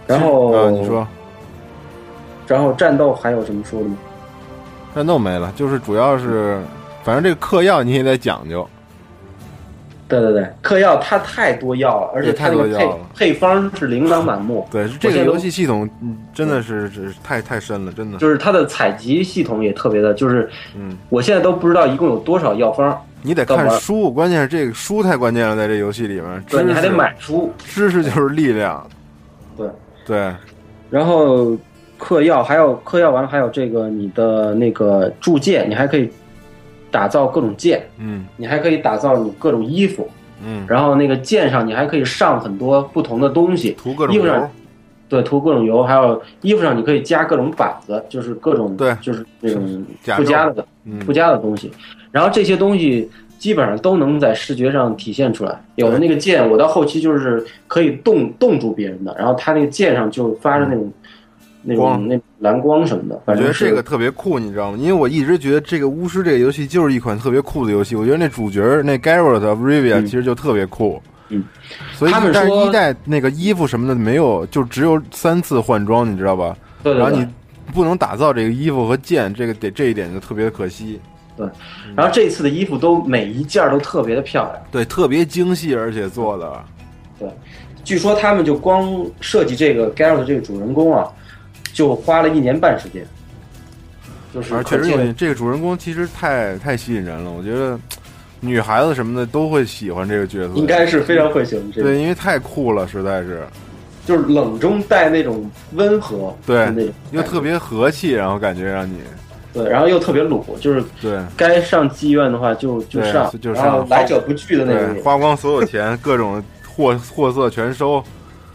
S2: 然后、
S1: 啊，你，说
S2: 然后战斗还有什么说的吗？
S1: 战斗没了，就是主要是，反正这个嗑药你也得讲究，
S2: 对对对，嗑药它太多药了，而且它那
S1: 太
S2: 个
S1: 多药
S2: 配
S1: 了
S2: 配方是琳琅满目，
S1: 对，这个游戏系统嗯真的是是太太深了，真的，
S2: 就是它的采集系统也特别的，就是
S1: 嗯，
S2: 我现在都不知道一共有多少药方，
S1: 你得看书，关键是这个书太关键了，在这游戏里面，知
S2: 对，
S1: 识
S2: 你还得买书，
S1: 知识就是力量，
S2: 对，
S1: 对，
S2: 然后。嗑药还有嗑药完了，还有这个你的那个铸剑，你还可以打造各种剑，
S1: 嗯
S2: 你还可以打造你各种衣服，
S1: 嗯，
S2: 然后那个剑上你还可以上很多不同的东西，
S1: 涂各种
S2: 衣服
S1: 油
S2: 上，对，涂各种油，还有衣服上你可以加各种板子，就是各种
S1: 对
S2: 就是那种
S1: 假
S2: 附加
S1: 肉
S2: 的
S1: 嗯
S2: 附，加的东西，然后这些东西基本上都能在视觉上体现出来。有的那个剑，我到后期就是可以冻冻住别人的，然后他那个剑上就发着那种、那
S1: 嗯光
S2: 种那种蓝光什么的，
S1: 我
S2: 反
S1: 觉得
S2: 正
S1: 这
S2: 是
S1: 个特别酷，你知道吗？因为我一直觉得这个巫师这个游戏就是一款特别酷的游戏。我觉得那主角儿那 Garrett Rivia
S2: 嗯
S1: 其实就特别酷。
S2: 嗯，
S1: 所以
S2: 他们
S1: 但是
S2: 说
S1: 一代那个衣服什么的没有，就只有三次换装，你知道吧？
S2: 对对
S1: 然后
S2: 对
S1: 你。不能打造这个衣服和剑，这个得这一点就特别可惜。嗯
S2: 然后这次的衣服都每一件都特别的漂亮。
S1: 对，特别精细，而且做的，
S2: 据说他们就光设计这个 Garrett 这个主人公啊，就花了一年半时间，就是
S1: 而
S2: 可
S1: 确实有
S2: 见
S1: 点这个主人公其实太太吸引人了。我觉得女孩子什么的都会喜欢这个角色，
S2: 应该是非常会形容这个，
S1: 对，因为太酷了，实在是。
S2: 就是冷中带那种温和，
S1: 对
S2: 那种
S1: 又特别和气，然后感觉让你
S2: 对，然后又特别鲁，就是
S1: 对
S2: 该上妓院的话就就
S1: 嗯对
S2: 上，
S1: 就
S2: 然后
S1: 上
S2: 来者不拒的那种
S1: 对
S2: 也。
S1: 花光所有钱，各种 货货色全收，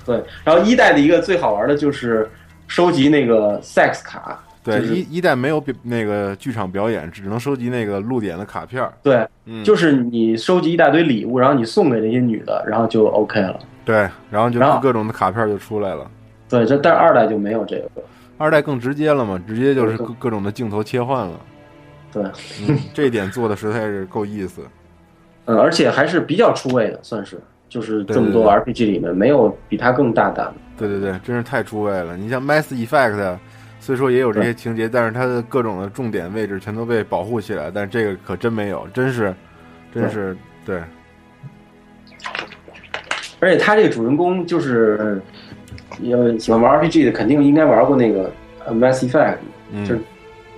S2: 对，然后一代的一个最好玩的就是收集那个 sex 卡，
S1: 对，
S2: 就是
S1: 一一代没有表那个剧场表演，只能收集那个路点的卡片儿。
S2: 对，
S1: 嗯，
S2: 就是你收集一大堆礼物，然后你送给那些女的，然后就 OK 了。
S1: 对，然后就
S2: 然后
S1: 各种的卡片儿就出来了。
S2: 对，这但是二代就没有这个，
S1: 二代更直接了嘛，直接就是
S2: 对
S1: 各各种的镜头切换了。
S2: 对，
S1: 嗯，这一点做的实在是够意思。
S2: 嗯，而且还是比较出位的，算是就是这么
S1: 对对
S2: 多
S1: 对
S2: RPG 里面没有比它更大胆的。
S1: 对对对，真是太出位了。你像 Mass Effect，虽说也有这些情节，但是它的各种的重点位置全都被保护起来，但这个可真没有，真是，真是对
S2: 而且他这个主人公就是，呃，喜欢玩 RPG 的肯定应该玩过那个呃 Mass Effect，就是
S1: 嗯，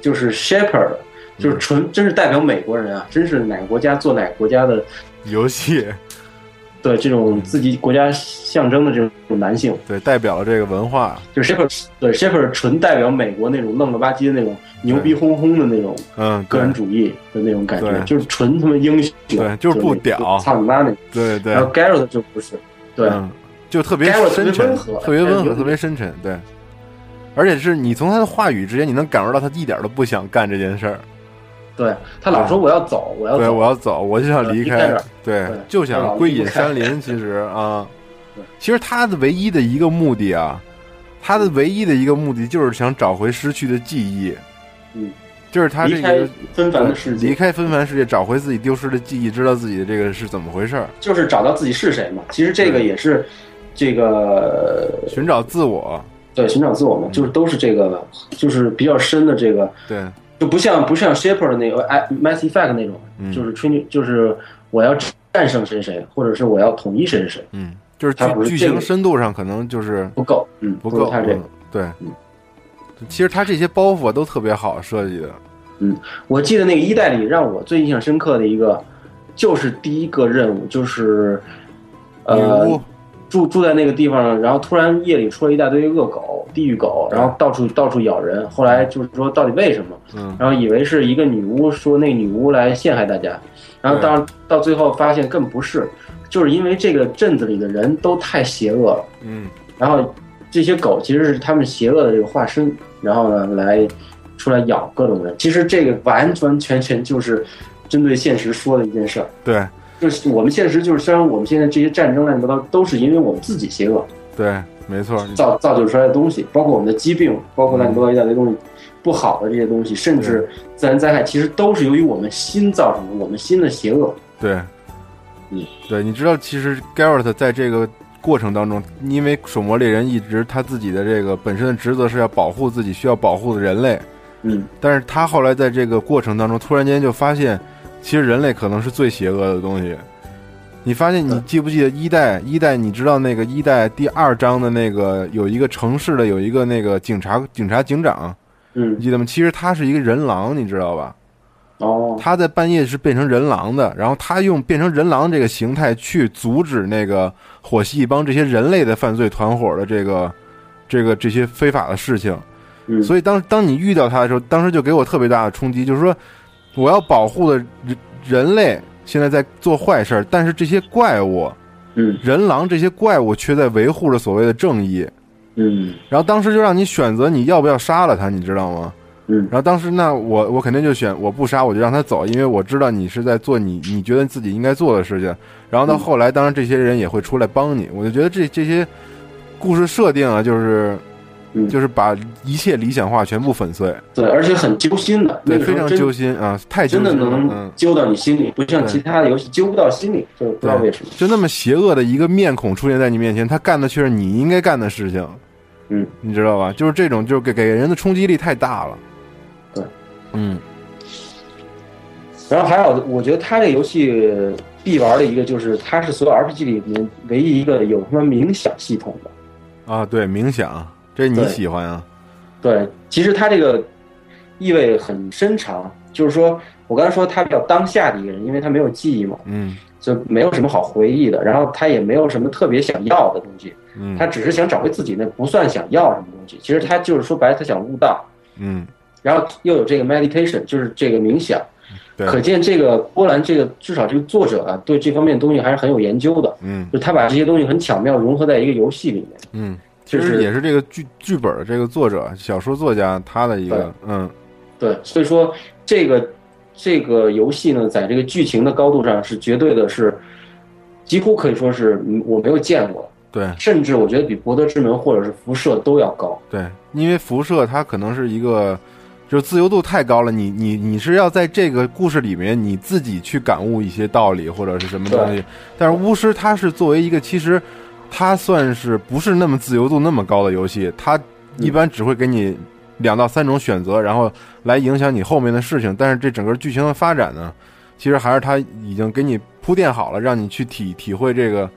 S2: 就是 Shepard，就是纯真是代表美国人啊，真是哪个国家做哪个国家的
S1: 游戏
S2: 对这种自己国家象征的这种男性，
S1: 对代表了这个文化，
S2: 就是 Shepard 对 Shepard 纯代表美国那种愣了吧唧的那种牛逼哄哄的那种
S1: 嗯，
S2: 个
S1: 对
S2: 人主义的那种感觉
S1: 对，
S2: 就是纯他妈英雄，
S1: 对就是不屌
S2: 就操你妈那种。
S1: 对对
S2: 然后 Garrett 就不是，对，
S1: 嗯，就特别
S2: 该我特别
S1: 深沉
S2: 温和，
S1: 特别温和，
S2: 哎
S1: 特别深沉，对。而且是你从他的话语之间，你能感受到他一点都不想干这件事儿。
S2: 对他老说我要走，我要
S1: 啊对，
S2: 走，
S1: 我要走，我就想离
S2: 离开这
S1: 开
S2: 儿，
S1: 对
S2: 对，
S1: 就想归隐山林。其实啊
S2: 对，
S1: 其实他的唯一的一个目的啊，他的唯一的一个目的就是想找回失去的记忆。
S2: 嗯，
S1: 就是他这
S2: 离开
S1: 个
S2: 纷繁的世
S1: 离
S2: 界，
S1: 开纷繁世界，找回自己丢失的记忆，知道自己的这个是怎么回事儿，
S2: 就是找到自己是谁嘛。其实这个
S1: 对
S2: 也是这个
S1: 寻找自我。
S2: 对寻找自我
S1: 嗯
S2: 嘛，就是都是这个，就是比较深的这个，
S1: 对，
S2: 就不像不像 Shaper 那个哎 Mass Effect 那种，
S1: 嗯
S2: 就是吹牛，就是我要战胜谁谁，或者是我要统一谁谁，
S1: 嗯，就是
S2: 他不是
S1: 剧剧
S2: 这个
S1: 情深度上可能就是
S2: 不够，嗯，
S1: 不
S2: 如
S1: 够。
S2: 他这个
S1: 嗯。对
S2: 嗯，
S1: 其实他这些包袱啊都特别好设计的。
S2: 我记得那个一代里让我最印象深刻的一个，就是第一个任务就是，
S1: 女
S2: 呃，
S1: 巫，
S2: 住住在那个地方，然后突然夜里出来一大堆恶狗、地狱狗，然后到处到处咬人。后来就是说到底为什么？
S1: 嗯，
S2: 然后以为是一个女巫说那女巫来陷害大家，然后到到最后发现更不是，就是因为这个镇子里的人都太邪恶了，
S1: 嗯，
S2: 然后这些狗其实是他们邪恶的这个化身，然后呢来出来咬各种人。其实这个完完全全就是针对现实说的一件事儿。
S1: 对
S2: 就是我们现实，就是虽然我们现在这些战争乱七八糟都是因为我们自己邪恶，
S1: 对，没错。
S2: 造造就出来的东西，包括我们的疾病，包括乱七八糟一大堆东西，不好的这些东西，甚至自然灾害，其实都是由于我们心造成的，我们心的邪恶。
S1: 对，
S2: 嗯，
S1: 对，你知道，其实 Garrett 在这个过程当中，因为守魔猎人一直他自己的这个本身的职责是要保护自己需要保护的人类，
S2: 嗯，
S1: 但是他后来在这个过程当中，突然间就发现，其实人类可能是最邪恶的东西。你发现，你
S2: 对
S1: 记不记得一代？一代，你知道那个一代第二章的那个有一个城市的有一个那个警察警察警长，
S2: 嗯
S1: 你，记得吗？其实他是一个人狼，你知道吧？
S2: 哦，
S1: 他在半夜是变成人狼的，然后他用变成人狼这个形态去阻止那个火系一帮这些人类的犯罪团伙的这个这个这些非法的事情。
S2: 嗯，
S1: 所以当当你遇到他的时候，当时就给我特别大的冲击，就是说我要保护的人人类现在在做坏事儿，但是这些怪物
S2: 嗯
S1: 人狼这些怪物却在维护着所谓的正义。
S2: 嗯
S1: 然后当时就让你选择你要不要杀了他，你知道吗？
S2: 嗯
S1: 然后当时那我我肯定就选我不杀，我就让他走，因为我知道你是在做你你觉得自己应该做的事情。然后到后来，当然这些人也会出来帮你，我就觉得这这些故事设定啊，就是
S2: 嗯，
S1: 就是把一切理想化全部粉碎，
S2: 对，而且很揪心的，那
S1: 对，
S2: 个时
S1: 非
S2: 候
S1: 常
S2: 真
S1: 揪心啊，太揪
S2: 真
S1: 心
S2: 的
S1: 了，
S2: 能
S1: 嗯。
S2: 揪到你心里，不像
S1: 对
S2: 其他的游戏揪不到心里，就是不知道
S1: 对
S2: 为什么。
S1: 就那么邪恶的一个面孔出现在你面前，他干的却是你应该干的事情，
S2: 嗯，
S1: 你知道吧？就是这种，就是给给人的冲击力太大了。
S2: 对，
S1: 嗯，
S2: 然后还有，我觉得它这个游戏必玩的一个就是，它是所有 RPG 里面唯一一个有什么冥想系统的。
S1: 啊，对，冥想，这你
S2: 对
S1: 喜欢啊？
S2: 对，其实它这个意味很深长，就是说我刚才说他比较当下的一个人，因为他没有记忆嘛，
S1: 嗯
S2: 就没有什么好回忆的，然后他也没有什么特别想要的东西，
S1: 嗯，
S2: 他只是想找回自己，那不算想要什么东西。其实他就是说白了，他想悟道，
S1: 嗯
S2: 然后又有这个 meditation，就是这个冥想，
S1: 对
S2: 可见这个波兰这个至少这个作者啊，对这方面东西还是很有研究的，
S1: 嗯
S2: 就他把这些东西很巧妙融合在一个游戏里面。
S1: 嗯，其
S2: 就
S1: 实
S2: 是
S1: 也是这个剧剧本的这个作者小说作家他的一个嗯
S2: 对，所以说这个这个游戏呢，在这个剧情的高度上是绝对的是，几乎可以说是嗯我没有见过，
S1: 对
S2: 甚至我觉得比《博德之门》或者是《辐射》都要高。
S1: 对，因为辐射它可能是一个就是自由度太高了，你你你是要在这个故事里面你自己去感悟一些道理或者是什么东西，但是巫师它是作为一个其实它算是不是那么自由度那么高的游戏，它一般只会给你两到三种选择，然后来影响你后面的事情，但是这整个剧情的发展呢，其实还是它已经给你铺垫好了，让你去体体会这个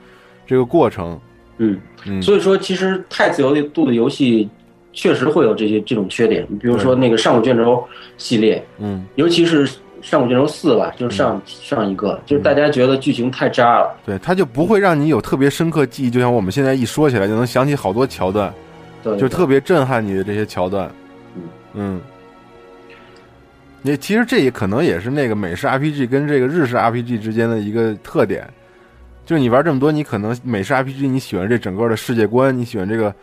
S1: 这个过程，
S2: 嗯，
S1: 嗯
S2: 所以说其实太自由度的游戏确实会有这些这种缺点，比如说那个《上古卷轴》系列，
S1: 嗯，
S2: 尤其是《上古卷轴四》吧，就是上、上一个，就是大家觉得剧情太渣了。
S1: 对，它就不会让你有特别深刻记忆，就像我们现在一说起来就能想起好多桥段，
S2: 对，
S1: 就特别震撼你的这些桥段
S2: 嗯。
S1: 嗯，也其实这也可能也是那个美式 RPG 跟这个日式 RPG 之间的一个特点，就是你玩这么多，你可能美式 RPG 你喜欢这整个的世界观，你喜欢这个，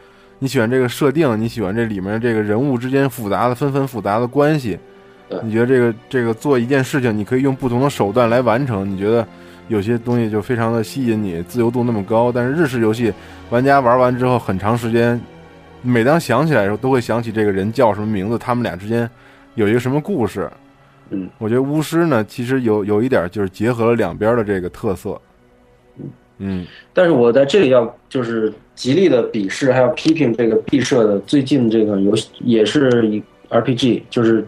S1: 你喜欢这个设定，你喜欢这里面这个人物之间复杂的纷繁复杂的关系
S2: 对，
S1: 你觉得这个这个做一件事情，你可以用不同的手段来完成，你觉得有些东西就非常的吸引你，自由度那么高，但是日式游戏玩家玩完之后很长时间每当想起来的时候，都会想起这个人叫什么名字，他们俩之间有一个什么故事。
S2: 嗯，
S1: 我觉得巫师呢，其实有有一点就是结合了两边的这个特色。嗯
S2: 但是我在这里要就是极力的鄙视，还有批评这个毕设的最近这个游戏也是一 RPG，就是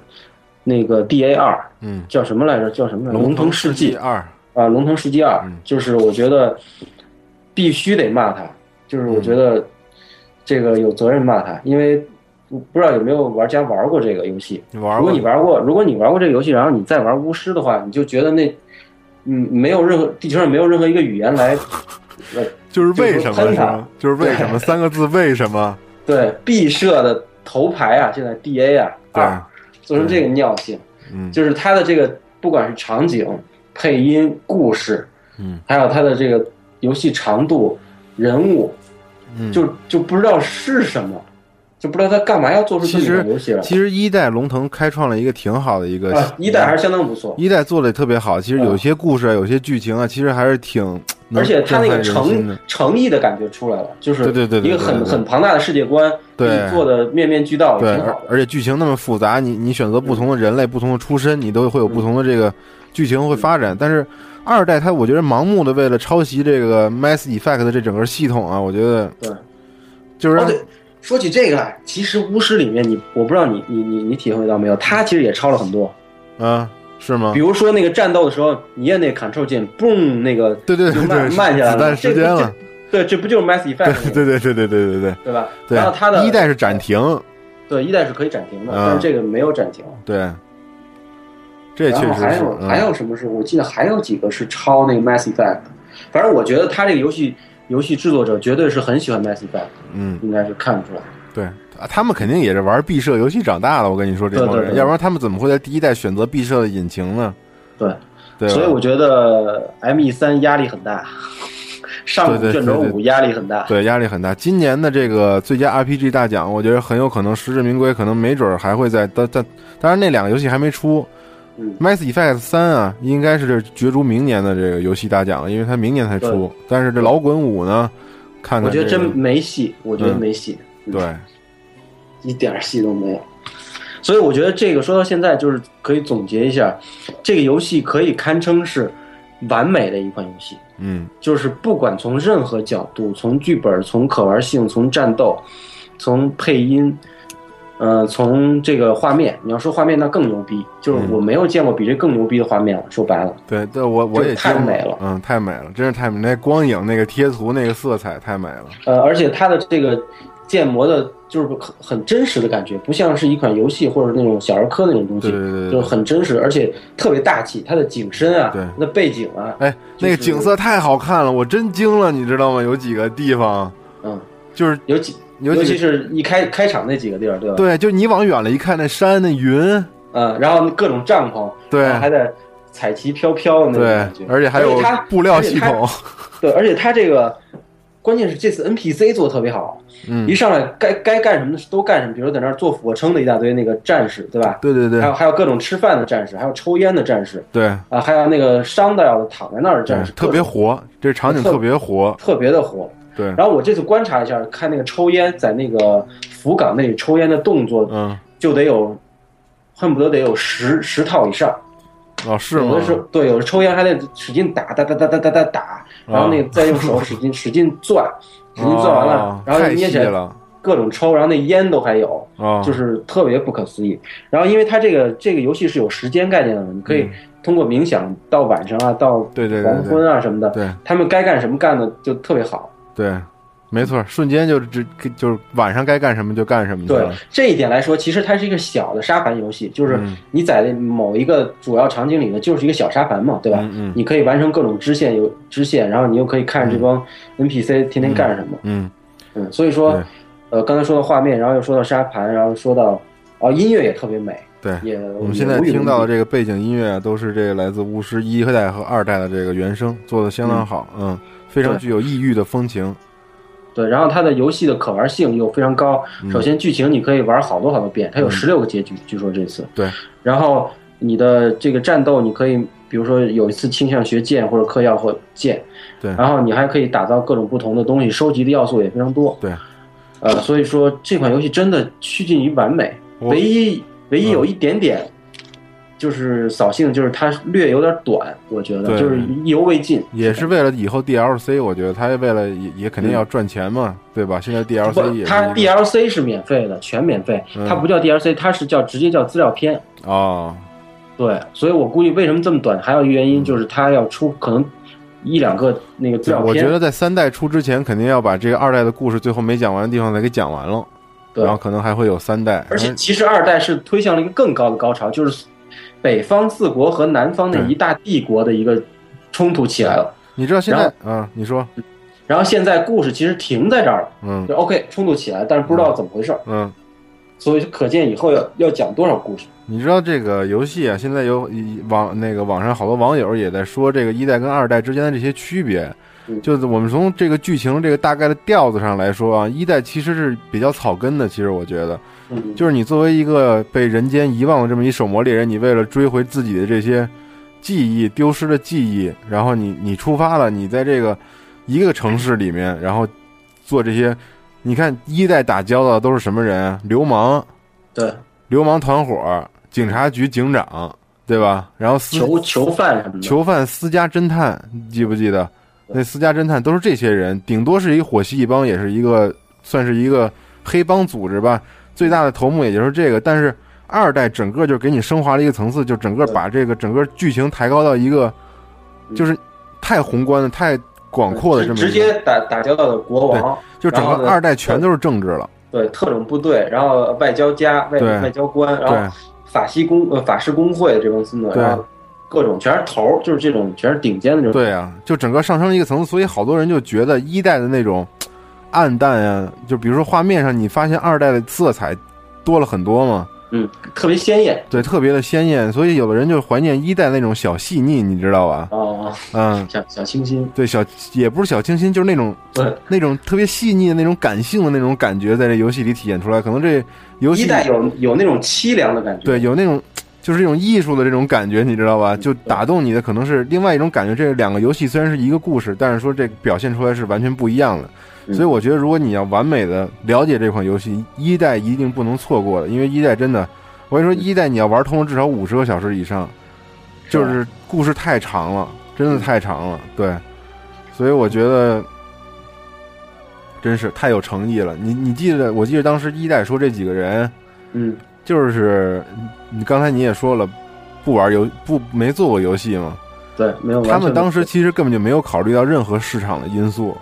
S2: 那个 DA 二
S1: 嗯，
S2: 叫什么来着？叫什么来着？龙腾世纪
S1: 二》
S2: 啊，《龙腾世纪二》就是我觉得必须得骂他，就是我觉得这个有责任骂他，因为我不知道有没有玩家玩过这个游戏。
S1: 你玩
S2: 如
S1: 过
S2: 果你玩过，如果你玩过这个游戏，然后你再玩巫师的话，你就觉得那嗯没有任何地球上没有任何一个语言来。来
S1: 就是为什
S2: 就是
S1: 么
S2: 喷
S1: 是
S2: 他
S1: 吗？就是为什么三个字为什么？
S2: 对毕设的头牌啊，现在 DA 啊，
S1: 对
S2: 二做成这个尿性，
S1: 嗯
S2: 就是它的这个不管是场景、配音、故事，
S1: 嗯，
S2: 还有它的这个游戏长度、人物，
S1: 嗯，
S2: 就就不知道是什么，就不知道他干嘛要做出这
S1: 其
S2: 么一
S1: 实
S2: 款游戏来
S1: 其实呃一代龙腾开创了一个挺好的一个
S2: 啊！一代还是相当不错，
S1: 一代做的也特别好，其实有些故事啊，有些剧情啊，其实还是挺
S2: 嗯而且他那个
S1: 能震撼人心
S2: 诚
S1: 的
S2: 诚意的感觉出来了，就是
S1: 对对对对
S2: 一个
S1: 对
S2: 很
S1: 对对
S2: 很庞大的世界观，
S1: 对
S2: 给你做的面面俱到，
S1: 对，
S2: 挺
S1: 而
S2: 好嗯的。
S1: 而且剧情那么复杂，你你选择不同的人类、不同的出身，你都会有不同的这个剧情会发
S2: 嗯
S1: 展。但是二代它，我觉得盲目的为了抄袭这个 Mass Effect 的这整个系统啊，我觉得
S2: 对，
S1: 就是
S2: 哦
S1: 让
S2: 对，说起这个来，其实巫师里面你，我不知道你你你你体会到没有，他其实也抄了很多，
S1: 啊，是吗
S2: 比？如说那个战斗的时候，你按那 Ctrl 键，嘣，那个
S1: 对对对
S2: 就慢
S1: 对，
S2: 慢下来
S1: 子弹时间了，，
S2: 这这对，这不就是 Mass Effect 吗
S1: 对对对对对对对
S2: 对吧？
S1: 对。
S2: 然后他的
S1: 一代是暂停，
S2: 对一代是可以暂停的，
S1: 嗯
S2: 但是这个没有暂停。
S1: 对，这确
S2: 然后
S1: 实
S2: 还
S1: 是
S2: 有、
S1: 嗯
S2: 还有什么是？我记得还有几个是抄那个 Mass Effect，反正我觉得他这个游戏游戏制作者绝对是很喜欢 Mass Effect，
S1: 嗯。
S2: 应该是看不出来。
S1: 对，啊他们肯定也是玩毕设游戏长大的。我跟你说，这帮
S2: 对对
S1: 人，
S2: 对
S1: 要不然他们怎么会在第一代选择毕设的引擎呢？
S2: 对，
S1: 对吧，
S2: 所以我觉得 M E 三压力很 大，上古
S1: 对对
S2: 卷轴
S1: 对对
S2: 五压力很大。
S1: 对压力很大。今年的这个最佳 RPG 大奖，我觉得很有可能实至名归，可能没准儿还会在但但当然那两个游戏还没出。
S2: 嗯
S1: Mass Effect 三啊，应该是这角逐明年的这个游戏大奖了，因为它明年才出。但是这老滚五呢，看看、
S2: 我觉得
S1: 这
S2: 真
S1: 个
S2: 没戏，我觉得
S1: 嗯
S2: 没戏，
S1: 对，
S2: 一点儿戏都没有。所以我觉得这个说到现在，就是可以总结一下，这个游戏可以堪称是完美的一款游戏。
S1: 嗯
S2: 就是不管从任何角度，从剧本、从可玩性、从战斗、从配音，呃，从这个画面，你要说画面那更牛逼，就是
S1: 嗯
S2: 我没有见过比这更牛逼的画面了。说白了，
S1: 对，对我我
S2: 这
S1: 也
S2: 太
S1: 见过
S2: 美了
S1: 嗯，太美了，真是太美了，那光影、那个贴图、那个色彩太美了。
S2: 呃，而且它的这个建模的，就是很很真实的感觉，不像是一款游戏或者那种小儿科那种东西，
S1: 对对对对
S2: 就是很真实，而且特别大气。它的景深啊，
S1: 对
S2: 它的背景啊，
S1: 哎，那个景色太好看了，我真惊了，你知道吗？有几个地方
S2: 嗯，
S1: 就是
S2: 尤其
S1: 尤
S2: 尤
S1: 其
S2: 其是一开开场那几个地儿，对吧？
S1: 对，就你往远了一看，那山、那云，
S2: 嗯，然后各种帐篷，
S1: 对
S2: 啊然后还在彩旗飘飘的那种
S1: 对
S2: 感觉，，
S1: 而且还有
S2: 它
S1: 布料系统，
S2: 对，而且它这个关键是这次 NPC 做的特别好，
S1: 嗯
S2: 一，上来该该干什么的都干什么，比如在那儿做俯卧撑的一大堆那个战士，对吧？
S1: 对对
S2: 还有
S1: 对
S2: 还有各种吃饭的战士，还有抽烟的战士，
S1: 对
S2: 啊，还有那个伤的要躺在那儿的战
S1: 对
S2: 士，，
S1: 特别嗯活，这场景特别活，
S2: 特别的火。
S1: 对，
S2: 然后我这次观察一下，看那个抽烟在那个福冈那里抽烟的动作，
S1: 嗯，
S2: 就得有恨不得得有十十套以上。
S1: 哦，是
S2: 有
S1: 吗
S2: 的？时候对，有的抽烟还得使劲打打打打打打打打，
S1: 嗯
S2: 然后那个再用手使劲使劲攥，使劲攥完了
S1: 哦，
S2: 然后
S1: 太
S2: 捏
S1: 细
S2: 起来
S1: 了，
S2: 各种抽，然后那烟都还有。
S1: 啊，
S2: 就是特别不可思议。然后，因为它这个这个游戏是有时间概念的，你可以通过冥想到晚上啊，到
S1: 嗯对对对
S2: 黄
S1: 对
S2: 昏啊什么的，
S1: 对
S2: 他们该干什么干的就特别好。
S1: 对，没错，瞬间就只就是晚上该干什么就干什么去
S2: 对
S1: 了，
S2: 这一点来说，其实它是一个小的沙盘游戏，就是
S1: 嗯
S2: 你在某一个主要场景里呢，就是一个小沙盘嘛，对吧？
S1: 嗯嗯
S2: 你可以完成各种支线游支线，然后你又可以看这帮 NPC 天天干什么。
S1: 嗯，
S2: 嗯，所以说
S1: 对，
S2: 呃，刚才说到画面，然后又说到沙盘，然后说到哦，音乐也特别美，
S1: 对。
S2: 也
S1: 我们现在听到的这个背景音乐都是这个来自巫师一代和二代的这个原声，做的相当好，嗯，非常
S2: 对
S1: 具有异域的风情，
S2: 对，然后它的游戏的可玩性又非常高。
S1: 嗯
S2: 首先，剧情你可以玩好多好多遍，它有十六个结局，据说这次。
S1: 对，
S2: 然后你的这个战斗，你可以比如说有一次倾向学剑或者嗑药或剑，
S1: 对
S2: 然后你还可以打造各种不同的东西，收集的要素也非常多。
S1: 对，
S2: 呃，所以说这款游戏真的趋近于完美，
S1: 我嗯
S2: 唯一唯一有一点点。就是扫兴，就是它略有点短，我觉得
S1: 对
S2: 就是意犹未尽。
S1: 也是为了以后 DLC，我觉得他也为了也也肯定要赚钱嘛，对吧？现在 DLC
S2: 嗯不，
S1: 也
S2: 它
S1: 是一个
S2: DLC 是免费的，全免费
S1: 嗯，
S2: 它不叫 DLC，它是叫直接叫资料片。
S1: 哦，
S2: 对，所以我估计为什么这么短，还有一个原
S1: 嗯
S2: 因就是它要出可能一两个那个资料片。
S1: 我觉得在三代出之前，肯定要把这个二代的故事最后没讲完的地方再给讲完了，
S2: 对
S1: 然后可能还会有三代，
S2: 而且
S1: 嗯
S2: 其实二代是推向了一个更高的高潮，就是北方四国和南方那
S1: 嗯
S2: 一大帝国的一个冲突起来了。
S1: 你知道现在
S2: 然
S1: 啊、嗯你说，
S2: 然后现在故事其实停在这儿了，
S1: 嗯
S2: 就 OK 冲突起来，但是不知道怎么回事儿，
S1: 嗯，
S2: 所以可见以后要要讲多少故事。
S1: 你知道这个游戏啊，现在有以网那个网上好多网友也在说这个一代跟二代之间的这些区别，
S2: 嗯
S1: 就是我们从这个剧情这个大概的调子上来说啊，一代其实是比较草根的，其实我觉得，
S2: 嗯，
S1: 就是你作为一个被人间遗忘的这么一手魔猎人，你为了追回自己的这些记忆、丢失的记忆，然后你你出发了，你在这个一个城市里面，然后做这些，你看一代打交道的都是什么人啊？流氓、
S2: 对，
S1: 流氓团伙、警察局警长，对吧？然后私
S2: 囚囚犯什么的。
S1: 囚犯、私家侦探，你记不记得？那私家侦探都是这些人，顶多是一火系一帮，也是一个算是一个黑帮组织吧。最大的头目也就是这个，但是二代整个就给你升华了一个层次，就整个把这个整个剧情抬高到一个，就是太宏观的、太广阔的这么一
S2: 嗯直
S1: 个
S2: 直接打打交道的国王，
S1: 就整
S2: 然后
S1: 个
S2: 呢
S1: 二代全都是政治了。
S2: 对特种部队，然后外交家、外
S1: 对
S2: 外交官，
S1: 对
S2: 然后法西工呃法式工会这帮孙子，
S1: 对
S2: 然后各种全是头儿，就是这种全是顶尖的这种。
S1: 对啊，就整个上升了一个层次，所以好多人就觉得一代的那种暗淡啊，就比如说画面上你发现二代的色彩多了很多嘛，
S2: 嗯，特别鲜艳
S1: 对，特别的鲜艳，所以有的人就怀念一代那种小细腻，你知道吧？
S2: 哦，
S1: 嗯，
S2: 小小清新，
S1: 对，小也不是小清新，就是那种
S2: 对，
S1: 那种特别细腻的那种感性的那种感觉，在这游戏里体现出来。可能这游戏
S2: 一代有有那种凄凉的感觉，
S1: 对有那种就是这种艺术的这种感觉，你知道吧？就打动你的可能是另外一种感觉。这两个游戏虽然是一个故事，但是说这表现出来是完全不一样的。
S2: 嗯
S1: 所以我觉得，如果你要完美的了解这款游戏，一代一定不能错过的，因为一代真的，我跟你说，
S2: 嗯
S1: 一代你要玩通了至少五十个小时以上，
S2: 是
S1: 就
S2: 吧
S1: 是故事太长了，真的太长了。对，所以我觉得真是太有诚意了。你你记得，我记得当时一代说这几个人，
S2: 嗯，
S1: 就是嗯你刚才你也说了，不玩游不没做过游戏嘛，
S2: 对，没有完
S1: 他
S2: 全
S1: 们当时，其实根本就没有考虑到任何市场的因素。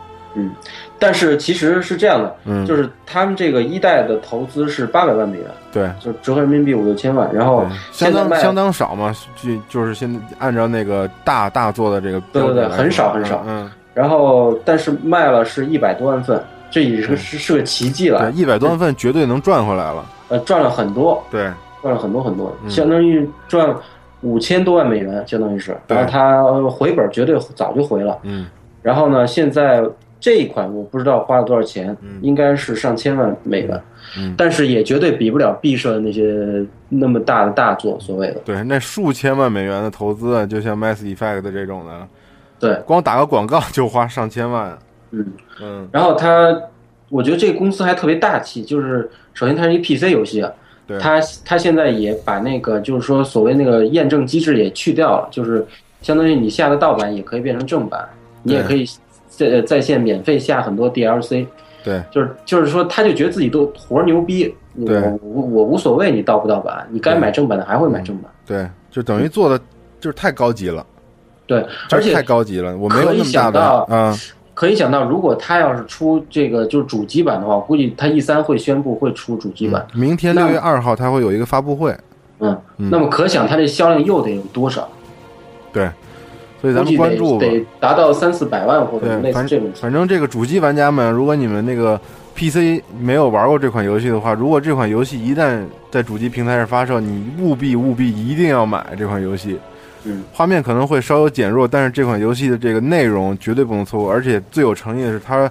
S2: 但是其实是这样的，
S1: 嗯，
S2: 就是他们这个一代的投资是八百万美元，
S1: 对。
S2: 就折合人民币五六千万，然后
S1: 对
S2: 哦
S1: 相
S2: 现在
S1: 当
S2: 卖
S1: 相当少嘛，就就是现在按照那个大大做的这个标准
S2: 对对对
S1: 来说
S2: 很少很少
S1: 嗯，
S2: 然后但是卖了是一百多万份，这也是
S1: 嗯
S2: 个是是个奇迹
S1: 嗯
S2: 了
S1: 对，，一百多万份绝对能赚回来了，
S2: 呃，赚了很多。
S1: 对，
S2: 赚了很多很多，
S1: 嗯
S2: 相当于赚五千多万美元，相当于是。
S1: 对
S2: 然后他回本绝对早就回了。
S1: 嗯
S2: 然后呢，现在这一款我不知道花了多少钱，
S1: 嗯
S2: 应该是上千万美元，
S1: 嗯，
S2: 但是也绝对比不了毕设的那些那么大的大作，所谓的。
S1: 对，那数千万美元的投资啊，就像 Mass Effect 这种的，
S2: 对，
S1: 光打个广告就花上千万。
S2: 嗯。
S1: 嗯，
S2: 然后他，我觉得这个公司还特别大气，就是首先它是一 PC 游戏啊，
S1: 对，
S2: 它它现在也把那个就是说所谓那个验证机制也去掉了，就是相当于你下的盗版也可以变成正版，你也可以在呃在线免费下很多 DLC，
S1: 对，
S2: 就是就是说他就觉得自己都活儿牛逼，我
S1: 对
S2: 我我无所谓你盗不盗版，你该买正版的还会买正版，
S1: 对，就等于做的就是太高级了，
S2: 对，
S1: 就
S2: 而
S1: 是
S2: 且
S1: 太高级了，我没有
S2: 可以
S1: 那么大
S2: 想
S1: 的
S2: 到
S1: 啊，
S2: 可以想到，如果他要是出这个就是主机版的话，我估计他 E 三会宣布会出主机版，
S1: 明天
S2: 那
S1: 六月二号它会有一个发布会，
S2: 嗯，那么可想他这销量又得有多少，
S1: 对，所以
S2: 估
S1: 咱们
S2: 计
S1: 关
S2: 得
S1: 注吧。
S2: 得达到三四百万或者
S1: 对，
S2: 类似
S1: 反
S2: 这种
S1: 正。反正这个主机玩家们，如果你们那个 PC 没有玩过这款游戏的话，如果这款游戏一旦在主机平台上发售，你务必务必一定要买这款游戏。
S2: 嗯，
S1: 画面可能会稍有减弱，但是这款游戏的这个内容绝对不能错过。而且最有诚意的是，它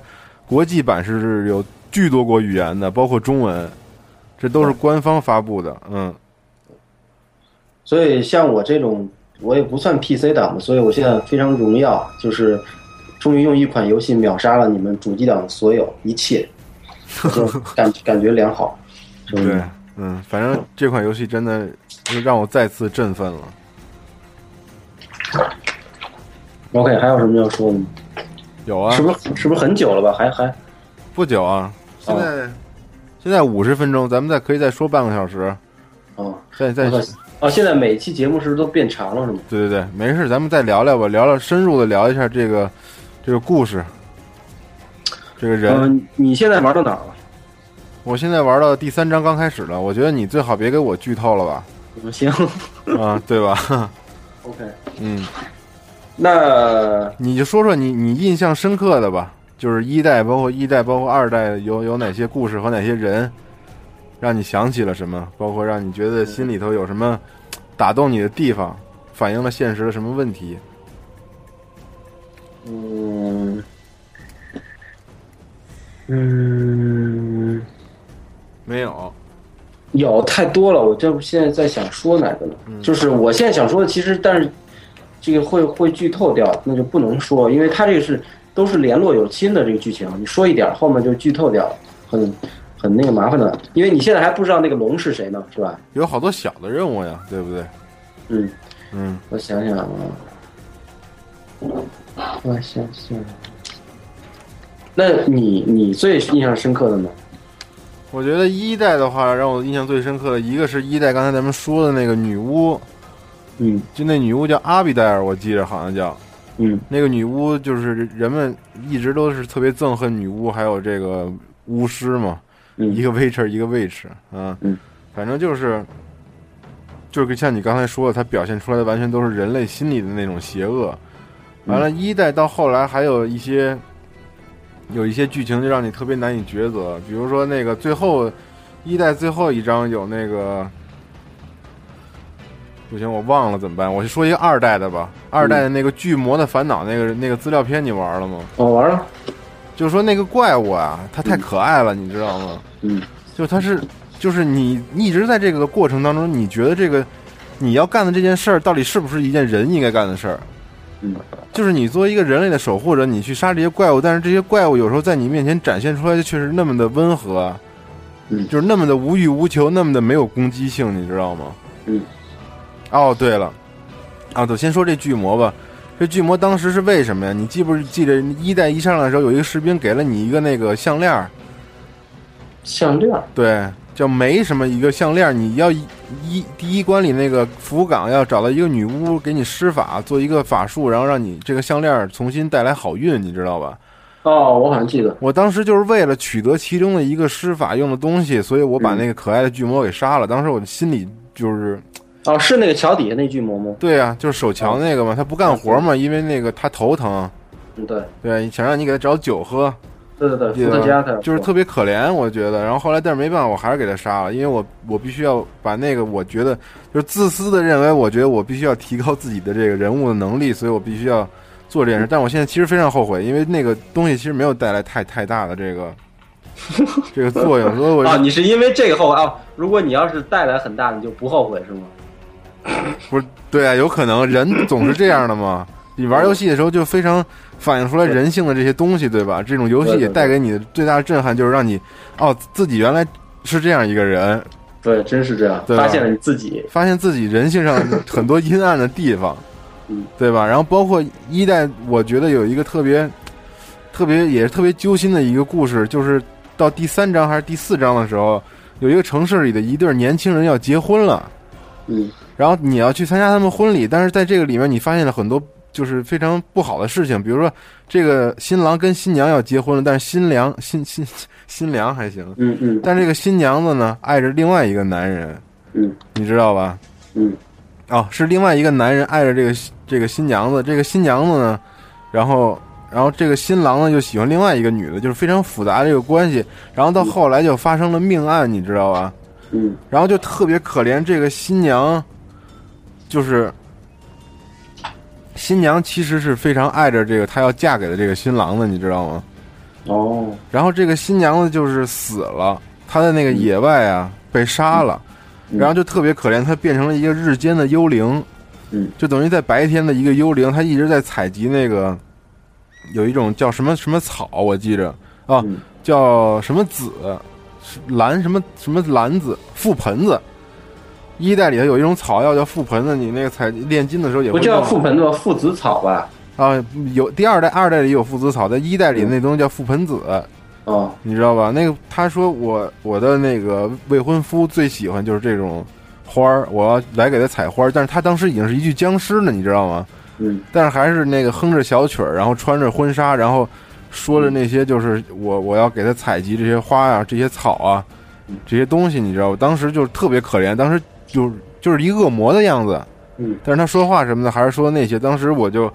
S1: 国际版是有巨多国语言的，包括中文，这都是官方发布的。嗯，
S2: 所以像我这种，我也不算 PC 党嘛，所以我现在非常荣耀，就是终于用一款游戏秒杀了你们主机党所有一 切，就感感觉良好。就是
S1: 对，嗯，反正这款游戏真的就让我再次振奋了。
S2: ，OK，还有什么要说的吗？
S1: 有啊，
S2: 是不是是不是很久了吧？还还
S1: 不久啊，
S2: 哦
S1: 现在、现在五十分钟，咱们再可以再说半个小时，
S2: 哦，
S1: 再再
S2: 我
S1: 对
S2: 操哦，现在每期节目是不是都变长了是吗？
S1: 对对，没事，咱们再聊聊吧，聊聊深入的聊一下这个这个故事，这个人。
S2: 嗯，你现在玩到哪儿了？
S1: 我现在玩到第三章刚开始了，我觉得你最好别给我剧透了 吧，
S2: 嗯行
S1: 啊，对吧？
S2: ，OK，
S1: 嗯，
S2: 那
S1: 你就说说你你印象深刻的吧，就是一代，包括一代，包括二代，有有哪些故事和哪些人，让你想起了什么，包括让你觉得心里头有什么打动你的地方，反映了现实的什么问题？
S2: 嗯嗯。
S1: 没有，
S2: 有太多了，我这不现在在想说哪个呢？就是我现在想说的，其实但是这个会会剧透掉，那就不能说，因为它这个是都是联络有亲的这个剧情，你说一点儿后面就剧透掉了，很很那个麻烦的，因为你现在还不知道那个龙是谁呢，是吧？
S1: 有好多小的任务呀，对不对？
S2: 嗯，
S1: 嗯，
S2: 我想想啊，我想想，那你你最印象深刻的呢？
S1: 我觉得一代的话，让我印象最深刻的一个是一代，刚才咱们说的那个女巫，
S2: 嗯
S1: 就那女巫叫阿比戴尔，我记着好像叫
S2: 嗯
S1: 那个女巫，就是人们一直都是特别憎恨女巫，还有这个巫师嘛，一
S2: 嗯
S1: 个 witcher 一个 witch 啊，
S2: 嗯
S1: 反正就是就是像你刚才说的，它表现出来的完全都是人类心里的那种邪恶。完
S2: 嗯
S1: 了，一代到后来还有一些有一些剧情就让你特别难以抉择，比如说那个最后一代最后一章有那个。不行，我忘了怎么办？我就说一个二代的吧。二代的
S2: 嗯
S1: 那个巨魔的烦恼那个那个资料片你玩了吗？
S2: 我哦玩了，
S1: 就是说那个怪物啊，它太可爱了，你知道吗？
S2: 嗯
S1: 就它是，就是你你一直在这个过程当中，你觉得这个你要干的这件事儿，到底是不是一件人应该干的事儿？
S2: 嗯
S1: 就是你作为一个人类的守护者，你去杀这些怪物，但是这些怪物有时候在你面前展现出来的却是那么的温和，啊
S2: 嗯
S1: 就是那么的无欲无求，那么的没有攻击性，你知道吗？
S2: 嗯。
S1: 哦，对了，啊，对，先说这巨魔吧。这巨魔当时是为什么呀？你记不记得一代一上来的时候，有一个士兵给了你一个那个项链儿，
S2: 项链儿，
S1: 对，叫没什么一个项链儿，你要一一第一关里那个服务岗要找到一个女巫给你施法，做一个法术，然后让你这个项链儿重新带来好运，你知道吧？
S2: 哦，我好像记得，
S1: 我当时就是为了取得其中的一个施法用的东西，所以我把那个可爱的巨魔给杀了。当时我心里就是，
S2: 哦，是那个桥底下那巨魔吗？
S1: 对啊，就是手桥那个嘛，他不干活嘛，因为那个他头疼，
S2: 嗯，对，
S1: 对，想让你给他找酒喝，
S2: 对对对，
S1: 对
S2: 伏特加他
S1: 就是特别可怜，我觉得。然后后来，但是没办法，我还是给他杀了，因为我我必须要把那个我觉得就是自私的认为，我觉得我必须要提高自己的这个人物的能力，所以我必须要做这件事。但我现在其实非常后悔，因为那个东西其实没有带来太太大的这 个这个作用，所以我
S2: 啊，你是因为这个后悔啊？如果你要是带来很大，你就不后悔是吗？
S1: 不是对啊，有可能人总是这样的 嘛。你玩游戏的时候就非常反映出来人性的这些东西，对吧？这种游戏
S2: 对对
S1: 也
S2: 对
S1: 带给你的最大的震撼就是让你哦，自己原来是这样一个人，
S2: 对，真是这样，
S1: 对吧啊
S2: 发现了你自己。
S1: 发现自己人性上很多阴暗的地方
S2: 嗯，
S1: 对吧？然后包括一代，我觉得有一个特别、特别也是特别揪心的一个故事，就是到第三章还是第四章的时候，有一个城市里的一对年轻人要结婚了，
S2: 嗯，
S1: 然后你要去参加他们婚礼，但是在这个里面你发现了很多就是非常不好的事情，比如说这个新郎跟新娘要结婚了，但是新娘新新新娘还行，
S2: 嗯嗯
S1: 但这个新娘子呢爱着另外一个男人，
S2: 嗯，
S1: 你知道吧？
S2: 嗯，
S1: 哦，是另外一个男人爱着这个这个新娘子，这个新娘子呢，然后然后这个新郎呢就喜欢另外一个女的，就是非常复杂这个关系，然后到后来就发生了命案，你知道吧？
S2: 嗯，
S1: 然后就特别可怜这个新娘，就是新娘其实是非常爱着这个她要嫁给的这个新郎的，你知道吗？
S2: 哦，
S1: 然后这个新娘子就是死了，她在那个野外啊被杀了，
S2: 嗯
S1: 然后就特别可怜，她变成了一个日间的幽灵，
S2: 嗯，
S1: 就等于在白天的一个幽灵，她一直在采集那个有一种叫什么什么草，我记着啊，
S2: 嗯
S1: 叫什么子，是蓝什么什么蓝子覆盆子。一代里头有一种草药叫覆盆子，你那个采炼金的时候也
S2: 不
S1: 会
S2: 叫
S1: 用
S2: 覆盆子吧，父子草吧？
S1: 啊。有第二代、二代里有附子草，在一代
S2: 嗯
S1: 里那东西叫覆盆子，
S2: 哦，
S1: 你知道吧？那个他说我我的那个未婚夫最喜欢就是这种花儿，我要来给他采花儿。但是他当时已经是一具僵尸了，你知道吗？
S2: 嗯
S1: 但是还是那个哼着小曲儿，然后穿着婚纱，然后说着那些就是我我要给他采集这些花啊、这些草啊、这些东西，你知道吧？当时就是特别可怜，当时就是就是一恶魔的样子。
S2: 嗯，
S1: 但是他说话什么的还是说那些，当时我就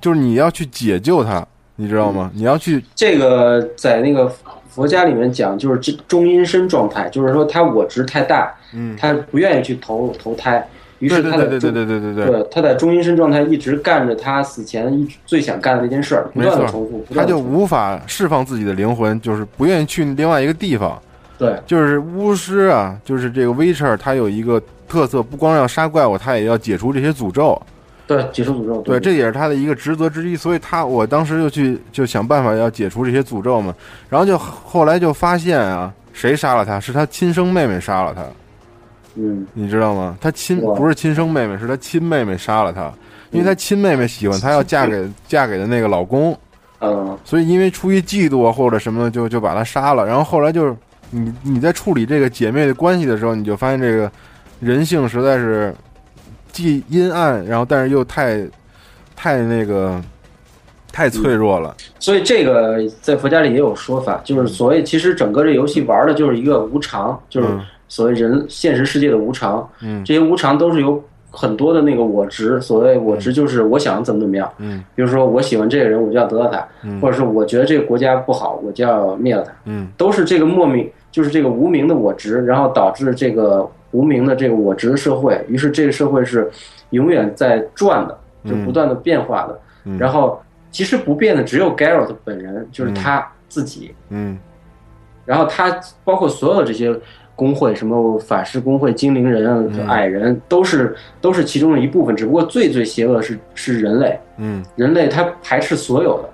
S1: 就是你要去解救他，你知道
S2: 嗯
S1: 吗？你要去
S2: 这个在那个佛家里面讲，就是这中阴身状态，就是说他我执太大，
S1: 嗯
S2: 他不愿意去投投胎，于是
S1: 对
S2: 他
S1: 对
S2: 的
S1: 对对
S2: 中
S1: 对对对对
S2: 对他在中阴身状态一直干着他死前一直最想干的那件事儿，不
S1: 没
S2: 断的
S1: 错
S2: 重复，，不
S1: 他
S2: 断地
S1: 就
S2: 重复
S1: 无法释放自己的灵魂，就是不愿意去另外一个地方。
S2: 对
S1: 就是巫师啊，就是这个 Witcher，他有一个特色，不光要杀怪物，他也要解除这些诅咒。
S2: 对解除诅咒，
S1: 对，
S2: 对
S1: 这也是他的一个职责之一。所以他，我当时就去就想办法要解除这些诅咒嘛。然后就后来就发现啊，谁杀了他？是他亲生妹妹杀了他，
S2: 嗯
S1: 你知道吗？他亲
S2: 哇
S1: 不是亲生妹妹，是他亲妹妹杀了他，因为他亲妹妹喜欢他要嫁 给嫁给的那个老公。
S2: 嗯
S1: 所以因为出于嫉妒啊或者什么的，就就把他杀了。然后后来就是你你在处理这个姐妹的关系的时候，你就发现这个人性实在是既阴暗，然后但是又太太那个太脆弱了。
S2: 所以这个在佛家里也有说法，
S1: 嗯
S2: 就是所谓其实整个这游戏玩的就是一个无常，就是
S1: 嗯
S2: 所谓人现实世界的无常，
S1: 嗯
S2: 这些无常都是由很多的那个我执，所谓我执就是我想怎么怎么样，
S1: 嗯
S2: 比如说我喜欢这个人，我就要得到他，
S1: 嗯
S2: 或者是我觉得这个国家不好，我就要灭了他，
S1: 嗯
S2: 都是这个莫名，就是这个无名的我执，然后导致这个无名的这个我执的社会，于是这个社会是永远在转的，就不断的变化的。
S1: 嗯
S2: 然后其实不变的只有 Garrett 本人，就是他自己。
S1: 嗯
S2: 然后他包括所有这些工会，什么法师工会、精灵人
S1: 嗯
S2: 啊、矮人，都是都是其中的一部分。只不过最最邪恶的是是人类，
S1: 嗯，
S2: 人类他排斥所有的，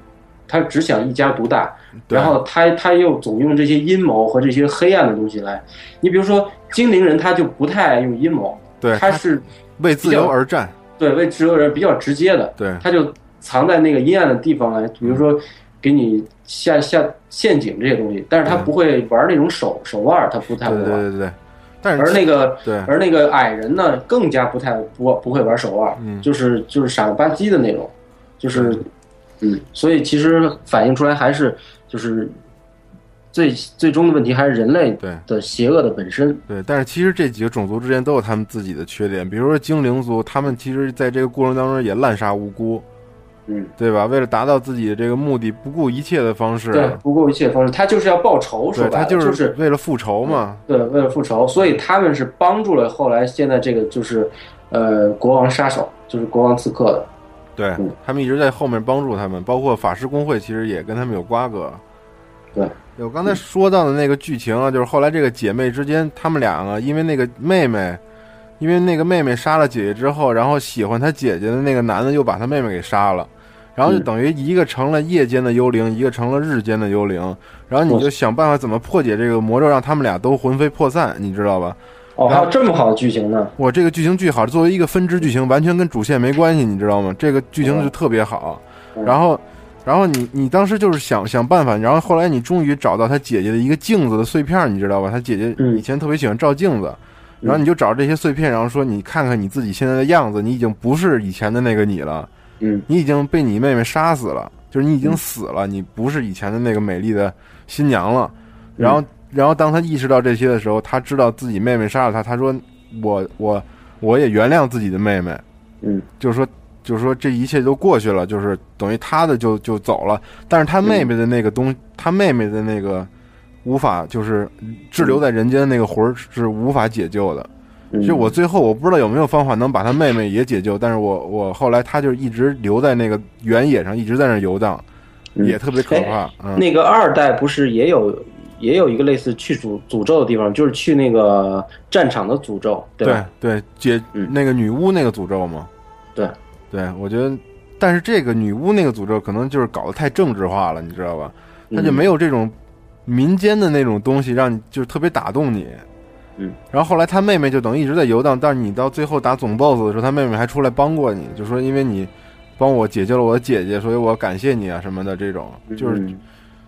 S2: 他只想一家独大。
S1: 对
S2: 然后他他又总用这些阴谋和这些黑暗的东西来，你比如说精灵人，他就不太用阴谋，
S1: 对
S2: 他是
S1: 为自由而战。
S2: 对为自由人比较直接的，
S1: 对嗯
S2: 他就藏在那个阴暗的地方来，比如说给你下下陷阱这些东西，但是他不会玩那种手手腕儿，他不太
S1: 对
S2: 会
S1: 对
S2: 玩。
S1: 对对对，但
S2: 而
S1: 是
S2: 那个
S1: 对
S2: 而那个矮人呢，更加不太不不会玩手腕儿，
S1: 嗯
S2: 就是就是傻了吧唧的那种，就是嗯，所以其实反映出来还是就是最最终的问题还是人类
S1: 对
S2: 的邪恶的本身。
S1: 对，但是其实这几个种族之间都有他们自己的缺点，比如说精灵族，他们其实在这个过程当中也滥杀无辜。
S2: 嗯，
S1: 对吧？为了达到自己的这个目的，不顾一切的方式，
S2: 对，不顾一切的方式，他就是要报仇，说
S1: 啊对
S2: 白
S1: 他
S2: 了嗯
S1: 就是为了复仇嘛。
S2: 对，为了复仇，所以他们是帮助了后来现在这个就是，呃，国王杀手，就是国王刺客的。
S1: 对
S2: 嗯
S1: 他们一直在后面帮助他们，包括法师工会其实也跟他们有瓜葛。
S2: 对，
S1: 我刚才说到的那个剧情啊，就是后来这个姐妹之间，她们两个因为那个妹妹，因为那个妹妹杀了姐姐之后，然后喜欢她姐姐的那个男的又把她妹妹给杀了，然后就
S2: 嗯
S1: 等于一个成了夜间的幽灵，一个成了日间的幽灵，然后你
S2: 我
S1: 就想办法怎么破解这个魔咒，让他们俩都魂飞魄散，你知道吧？
S2: 哦，还有这么好的剧情呢？
S1: 我这个剧情巨好，作为一个分支剧情，完全跟主线没关系，你知道吗？这个剧情
S2: 嗯
S1: 就特别好。
S2: 嗯
S1: 然后，然后你你当时就是想想办法，然后后来你终于找到他姐姐的一个镜子的碎片，你知道吧？他姐姐
S2: 嗯
S1: 以前特别喜欢照镜子，然后你就找这些碎片，然后说你看看你自己现在的样子，你已经不是以前的那个你了，
S2: 嗯
S1: 你已经被你妹妹杀死了，就是你已经死了，你不是以前的那个美丽的新娘了。然后，然后当他意识到这些的时候，他知道自己妹妹杀了他，他说：“我我我也原谅自己的妹妹。”
S2: 嗯，
S1: 就是说，就是说这一切都过去了，就是等于他的就就走了，但是他妹妹的那个东，他妹妹的那个无法就是滞留在人间的那个魂儿是无法解救的。
S2: 嗯
S1: 就我最后我不知道有没有方法能把他妹妹也解救，但是我我后来他就一直留在那个原野上，一直在那儿游荡，
S2: 嗯
S1: 也特别可怕。嗯，
S2: 那个二代不是也有也有一个类似去诅诅咒的地方，就是去那个战场的诅咒，
S1: 对
S2: 吧？
S1: 对，解
S2: 嗯
S1: 那个女巫那个诅咒嘛。
S2: 对，
S1: 对，我觉得，但是这个女巫那个诅咒可能就是搞得太政治化了，你知道吧？它就
S2: 嗯
S1: 没有这种民间的那种东西，让你就是特别打动你。
S2: 嗯，
S1: 然后后来他妹妹就等于一直在游荡，但是你到最后打总 boss 的时候，他妹妹还出来帮过你，就说因为你帮我解救了我姐姐，所以我感谢你啊什么的，这种就是
S2: 嗯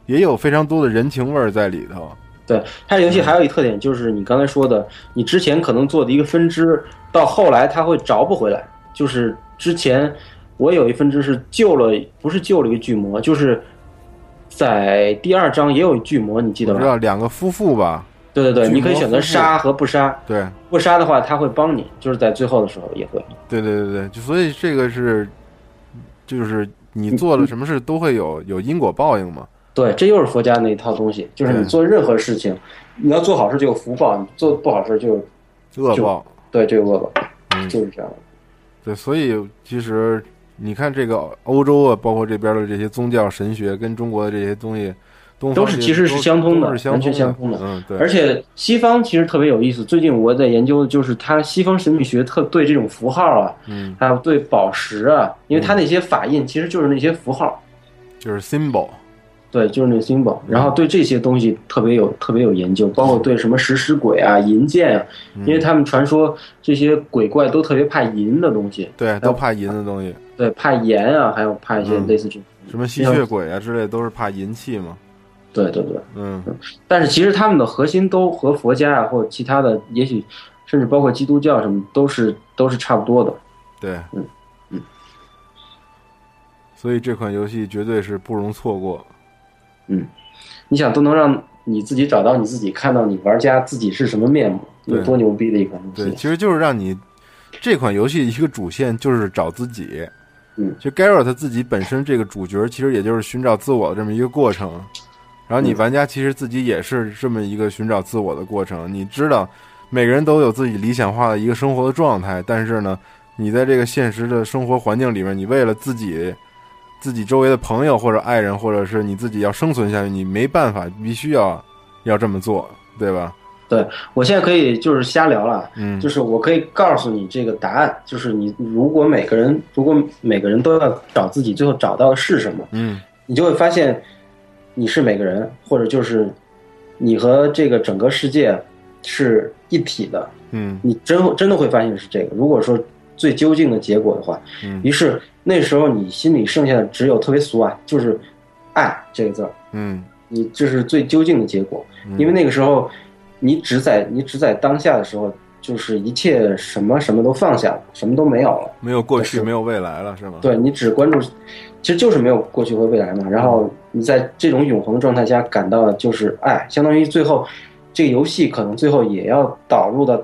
S1: 也有非常多的人情味儿在里头。
S2: 对，它游戏还有一特点就是你刚才说的，你之前可能做的一个分支，到后来它会找不回来。就是之前我有一分支是救了，不是救了一个巨魔，就是在第二章也有一巨魔，你记得
S1: 我知
S2: 吧？
S1: 道两个夫妇吧？
S2: 对对对，
S1: 巨魔
S2: 你可以选择杀和不杀，
S1: 对，
S2: 不杀的话他会帮你，就是在最后的时候也会。
S1: 对对对对，就所以这个是，就是你做
S2: 嗯
S1: 了什么事都会有有因果报应嘛。
S2: 对，这又是佛家那一套东西，就是你
S1: 对
S2: 做任何事情，你要做好事就有福报，你做不好事就有
S1: 恶报，
S2: 对就有恶报，
S1: 嗯
S2: 就是这样。
S1: 对，所以其实你看这个欧洲啊，包括这边的这些宗教神学，跟中国的这些东西，东方
S2: 都是
S1: 这些
S2: 其实是相通的
S1: 都是
S2: 完全
S1: 相
S2: 相通的
S1: 嗯，对，
S2: 而且西方其实特别有意思，最近我在研究，就是它西方神秘学特对这种符号啊，
S1: 嗯，
S2: 还有对宝石啊，因为它那些法印其实就是那些符号，
S1: 就是 symbol，
S2: 对，就是那 symbol，然后对这些东西特别有特别有研究，包括对什么食尸鬼啊、银剑啊，因
S1: 嗯
S2: 为他们传说这些鬼怪都特别怕银的东西，
S1: 对，都怕银的东西，
S2: 对，怕盐啊，还有怕一些
S1: 嗯
S2: 类似这种，
S1: 什么吸血鬼啊之类的，都是怕银气嘛。
S2: 对对对。
S1: 嗯，
S2: 但是其实他们的核心都和佛家啊，或者其他的，也许甚至包括基督教什么，都是都是差不多的。
S1: 对，
S2: 嗯嗯
S1: 所以这款游戏绝对是不容错过。
S2: 嗯，你想都能让你自己找到你自己，看到你玩家自己是什么面目，
S1: 对
S2: 有多牛逼的一款
S1: 对，
S2: 游
S1: 其
S2: 戏。
S1: 实就是让你这款游戏一个主线就是找自己。
S2: 嗯
S1: 就 Garrett 自己本身这个主角，其实也就是寻找自我的这么一个过程。然后
S2: 嗯
S1: 你玩家其实自己也是这么一个寻找自我的过程。你知道，每个人都有自己理想化的一个生活的状态，但是呢，你在这个现实的生活环境里面，你为了自己、自己周围的朋友或者爱人，或者是你自己要生存下去，你没办法，必须要要这么做，对吧？
S2: 对我现在可以就是瞎聊了，啊
S1: 嗯，
S2: 就是我可以告诉你这个答案，就是你如果每个人如果每个人都要找自己，最后找到的是什么，
S1: 嗯，
S2: 你就会发现你是每个人，或者就是你和这个整个世界是一体的。
S1: 嗯，
S2: 你真真的会发现是这个。如果说最究竟的结果的话，
S1: 嗯
S2: 于是那时候你心里剩下的只有特别俗啊，就是爱这个字儿，
S1: 嗯，
S2: 你这是最究竟的结果，
S1: 嗯
S2: 因为那个时候你只在你只在当下的时候，就是一切什么什么都放下了，什么都没有了。
S1: 没有过
S2: 就
S1: 去，
S2: 是
S1: 没有未来了，是吗？，
S2: 对你只关注，其实就是没有过去和未来嘛。然后你在这种永恒的状态下感到的就是爱，相当于最后这个游戏可能最后也要导入到，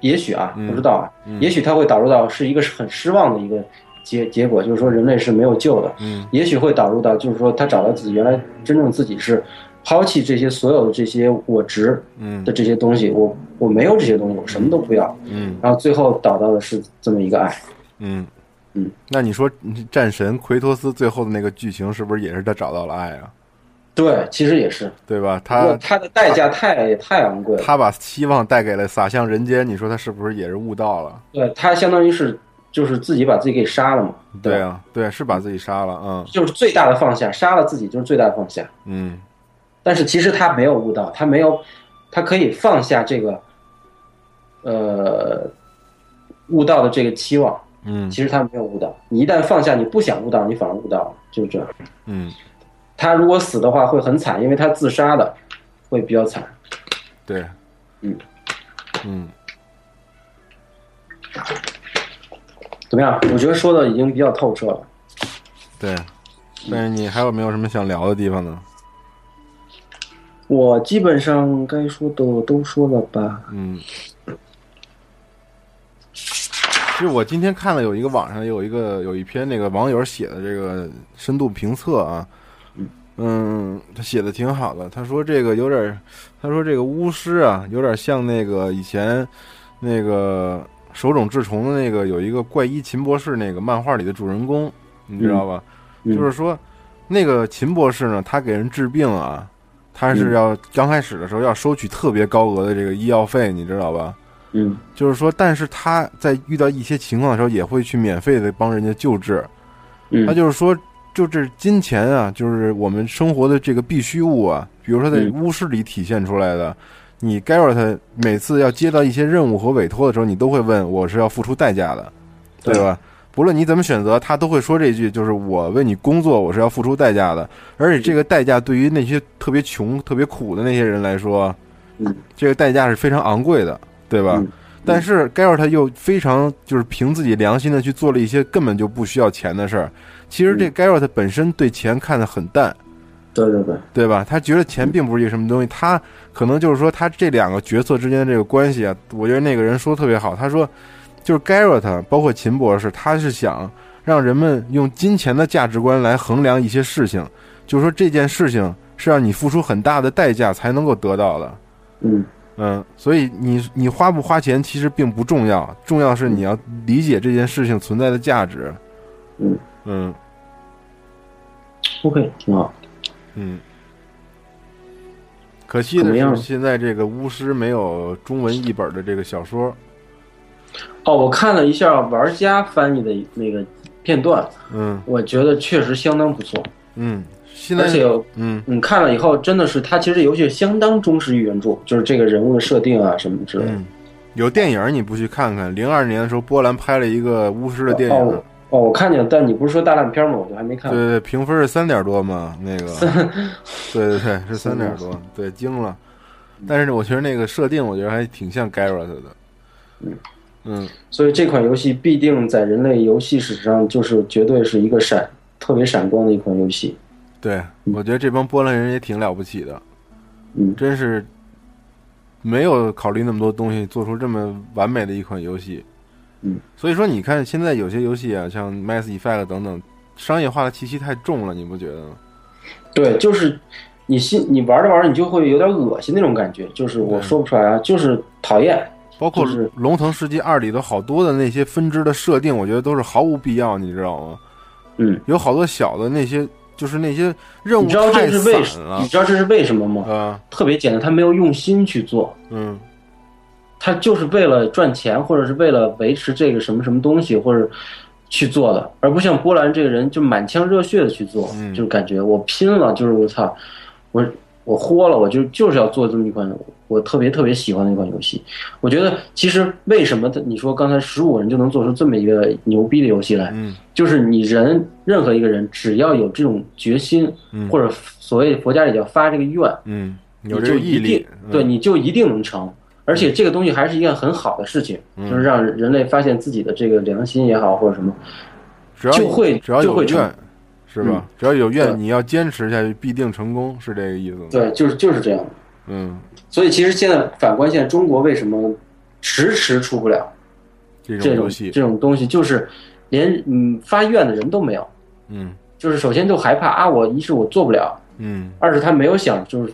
S2: 也许啊，
S1: 嗯
S2: 不知道啊，
S1: 嗯
S2: 也许它会导入到是一个很失望的一个结结果就是说人类是没有救的，
S1: 嗯
S2: 也许会导入到就是说他找到自己原来真正自己是抛弃这些所有的这些我值
S1: 嗯
S2: 的这些东西，我我没有这些东西，我什么都不要，
S1: 嗯
S2: 然后最后导到的是这么一个爱。
S1: 嗯
S2: 嗯。
S1: 那你说嗯战神奎托斯最后的那个剧情是不是也是他找到了爱啊？
S2: 对，其实也是，
S1: 对吧？
S2: 不过
S1: 他
S2: 它的代价太太昂贵了。
S1: 他把希望带给了洒向人间，你说他是不是也是悟到了？
S2: 对他相当于是就是自己把自己给杀了嘛，
S1: 对
S2: 吧，
S1: 啊，对，是把自己杀了，嗯
S2: 就是最大的放下，杀了自己就是最大的放下。
S1: 嗯
S2: 但是其实他没有悟到，他没有，他可以放下这个，呃，悟道的这个期望。
S1: 嗯
S2: 其实他没有悟道，你一旦放下，你不想悟道，你反而悟道了，就是这样。
S1: 嗯，
S2: 他如果死的话会很惨，因为他自杀的会比较惨。
S1: 对，
S2: 嗯
S1: 嗯
S2: 怎么样？我觉得说的已经比较透彻了。
S1: 对。但是你还有没有什么想聊的地方呢？
S2: 我基本上该说的我都说了吧。
S1: 嗯，其实我今天看了有一个网上有一个有一篇那个网友写的这个深度评测啊，嗯，他写的挺好的。他说这个有点儿，他说这个巫师啊，有点像那个以前那个手冢治虫的那个有一个怪医秦博士那个漫画里的主人公，你知道吧？
S2: 嗯
S1: 就是说那个秦博士呢，他给人治病啊，他是要刚开始的时候要收取特别高额的这个医药费，你知道吧？
S2: 嗯
S1: 就是说，但是他在遇到一些情况的时候，也会去免费的帮人家救治。
S2: 嗯，
S1: 他就是说，就这金钱啊，就是我们生活的这个必须物啊，比如说在
S2: 嗯
S1: 巫师里体现出来的。你 Garrett 每次要接到一些任务和委托的时候，你都会问我是要付出代价的，对吧？不论你怎么选择，他都会说这句，就是我为你工作，我是要付出代价的。而且这个代价对于那些特别穷、特别苦的那些人来说，啊
S2: 嗯
S1: 这个代价是非常昂贵的，对吧？
S2: 嗯
S1: 但是 Garrett 又非常就是凭自己良心的去做了一些根本就不需要钱的事儿。其实
S2: 嗯
S1: 这 Garrett 本身对钱看得很淡，
S2: 对对对，
S1: 对吧？他觉得钱并不是一个什么东西，他可能就是说他这两个角色之间的这个关系啊，我觉得那个人说得特别好，他说就是 Garrett 包括秦博士，他是想让人们用金钱的价值观来衡量一些事情，就是说这件事情是让你付出很大的代价才能够得到的。
S2: 嗯
S1: 嗯，所以你你花不花钱其实并不重要，重要是你要理解这件事情存在的价值。
S2: 嗯
S1: 嗯
S2: ，OK，挺好。
S1: 嗯。可惜的
S2: 怎么样
S1: 是，现在这个巫师没有中文译本的这个小说。
S2: 哦，我看了一下玩家翻译的那个片段，
S1: 嗯
S2: 我觉得确实相当不错，
S1: 嗯，现在
S2: 而且
S1: 嗯
S2: 你看了以后，真的是他其实游戏相当忠实于原著，就是这个人物的设定啊什么之类的。
S1: 嗯，有电影你不去看看？零二年的时候，波兰拍了一个巫师的电影，啊
S2: 哦哦，我看见，但你不是说大烂片吗？我就还没看
S1: 对。对对，评分是三点多嘛，那个，对对对，是三点多，对，惊了。但是我觉得那个设定，我觉得还挺像 Garrett 的。嗯
S2: 所以这款游戏必定在人类游戏史上就是绝对是一个闪特别闪光的一款游戏。
S1: 对，我觉得这帮波兰人也挺了不起的，
S2: 嗯
S1: 真是没有考虑那么多东西，做出这么完美的一款游戏。
S2: 嗯，
S1: 所以说你看现在有些游戏啊，像 Mass Effect 等等，商业化的气息太重了，你不觉得吗？
S2: 对，就是你心你玩着玩着你就会有点恶心那种感觉，就是我说不出来啊，就是讨厌。
S1: 包括
S2: 就是
S1: 《龙腾世纪二》里头好多的那些分支的设定，我觉得都是毫无必要，你知道吗？
S2: 嗯，
S1: 有好多小的那些，就是那些任务
S2: 你知道
S1: 太
S2: 这是为
S1: 散了
S2: 你，知道这是为什么吗？
S1: 啊，
S2: 特别简单，他没有用心去做，
S1: 嗯
S2: 他就是为了赚钱，或者是为了维持这个什么什么东西，或者去做的，而不像波兰这个人就满腔热血的去做，
S1: 嗯
S2: 就是感觉我拼了，就是我操，我我豁了，我就就是要做这么一款我特别特别喜欢的一款游戏。我觉得其实为什么他你说刚才十五个人就能做出这么一个牛逼的游戏来，
S1: 嗯
S2: 就是你人任何一个人只要有这种决心，
S1: 嗯
S2: 或者所谓佛家里叫发这个愿，
S1: 嗯，有
S2: 你
S1: 这
S2: 就
S1: 个
S2: 一
S1: 毅力
S2: 定，
S1: 嗯
S2: 对，你就一定能成。而且这个东西还是一件很好的事情，
S1: 嗯
S2: 就是让人类发现自己的这个良心也好，或者什么，
S1: 只要
S2: 就
S1: 有
S2: 会
S1: 只要
S2: 就
S1: 有
S2: 会成嗯
S1: 愿，是吧？只要有愿，
S2: 对
S1: 你要坚持下去，必定成功，是这个意思吗？
S2: 对，就是就是这样。
S1: 嗯，
S2: 所以其实现在反观现在中国为什么迟迟出不了
S1: 这
S2: 这
S1: 种
S2: 种
S1: 游戏，
S2: 这种东西，就是连嗯发愿的人都没有。
S1: 嗯
S2: 就是首先就害怕啊，我一是我做不了，
S1: 嗯，
S2: 二是他没有想就是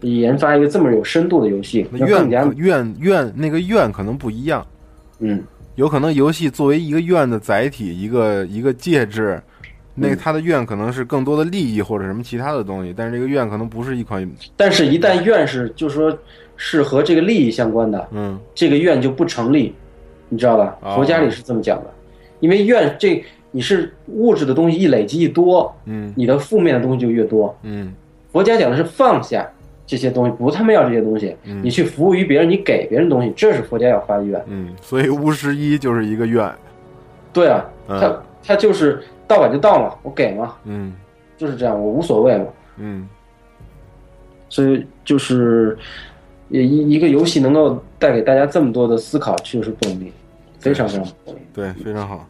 S2: 研发一个这么有深度的游戏，
S1: 那
S2: 那更加
S1: 愿愿愿那个愿可能不一样，
S2: 嗯
S1: 有可能游戏作为一个愿的载体，一个一个介质，那个
S2: 嗯
S1: 它的愿可能是更多的利益或者什么其他的东西，但是这个愿可能不是一款，
S2: 但是，一旦愿是就是说是和这个利益相关的，
S1: 嗯
S2: 这个愿就不成立，你知道吧？
S1: 哦
S2: 佛家里是这么讲的，因为愿这你是物质的东西一累积一多，
S1: 嗯
S2: 你的负面的东西就越多。
S1: 嗯
S2: 佛家讲的是放下这些东西，不他妈要这些东西，
S1: 嗯
S2: 你去服务于别人，你给别人东西，这是佛家要发的愿。
S1: 嗯，所以巫师一就是一个愿，
S2: 对啊，
S1: 嗯
S2: 他他就是到晚就到嘛，我给嘛，
S1: 嗯
S2: 就是这样，我无所谓嘛。
S1: 嗯
S2: 所以就是也一一个游戏能够带给大家这么多的思考，确实不容易，非常非常不容易。
S1: 对，非常好。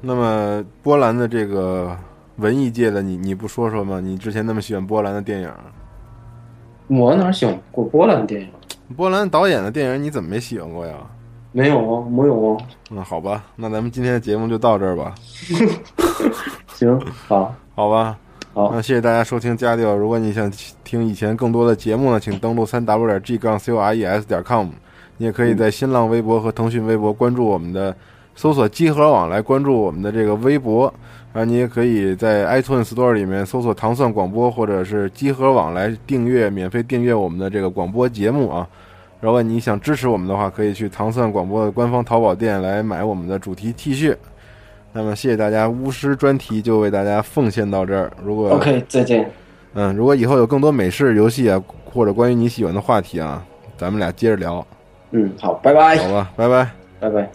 S1: 那么波兰的这个文艺界的你，你不说说吗？你之前那么喜欢波兰的电影，
S2: 我哪喜欢过波兰电影？
S1: 波兰导演的电影你怎么没喜欢过呀？
S2: 没有啊，没有啊。
S1: 嗯，好吧，那咱们今天的节目就到这儿吧，
S2: 行，好，
S1: 好吧。
S2: 好
S1: 那谢谢大家收听家调。如果你想听以前更多的节目呢，请登录三 w 点 g 杠 c o r e s 点 com。你也可以在新浪微博和腾讯微博关注我们的，搜索“集合网”来关注我们的这个微博。然后你也可以在 iTunes Store 里面搜索“糖蒜广播”或者是“集合网”来订阅，免费订阅我们的这个广播节目啊。如果你想支持我们的话，可以去糖蒜广播的官方淘宝店来买我们的主题 T 恤。那么谢谢大家，巫师专题就为大家奉献到这儿。如果
S2: ，OK，再见。
S1: 嗯，如果以后有更多美式游戏啊，或者关于你喜欢的话题啊，咱们俩接着聊，
S2: 嗯，好，拜拜，
S1: 好吧，拜拜。
S2: 拜拜。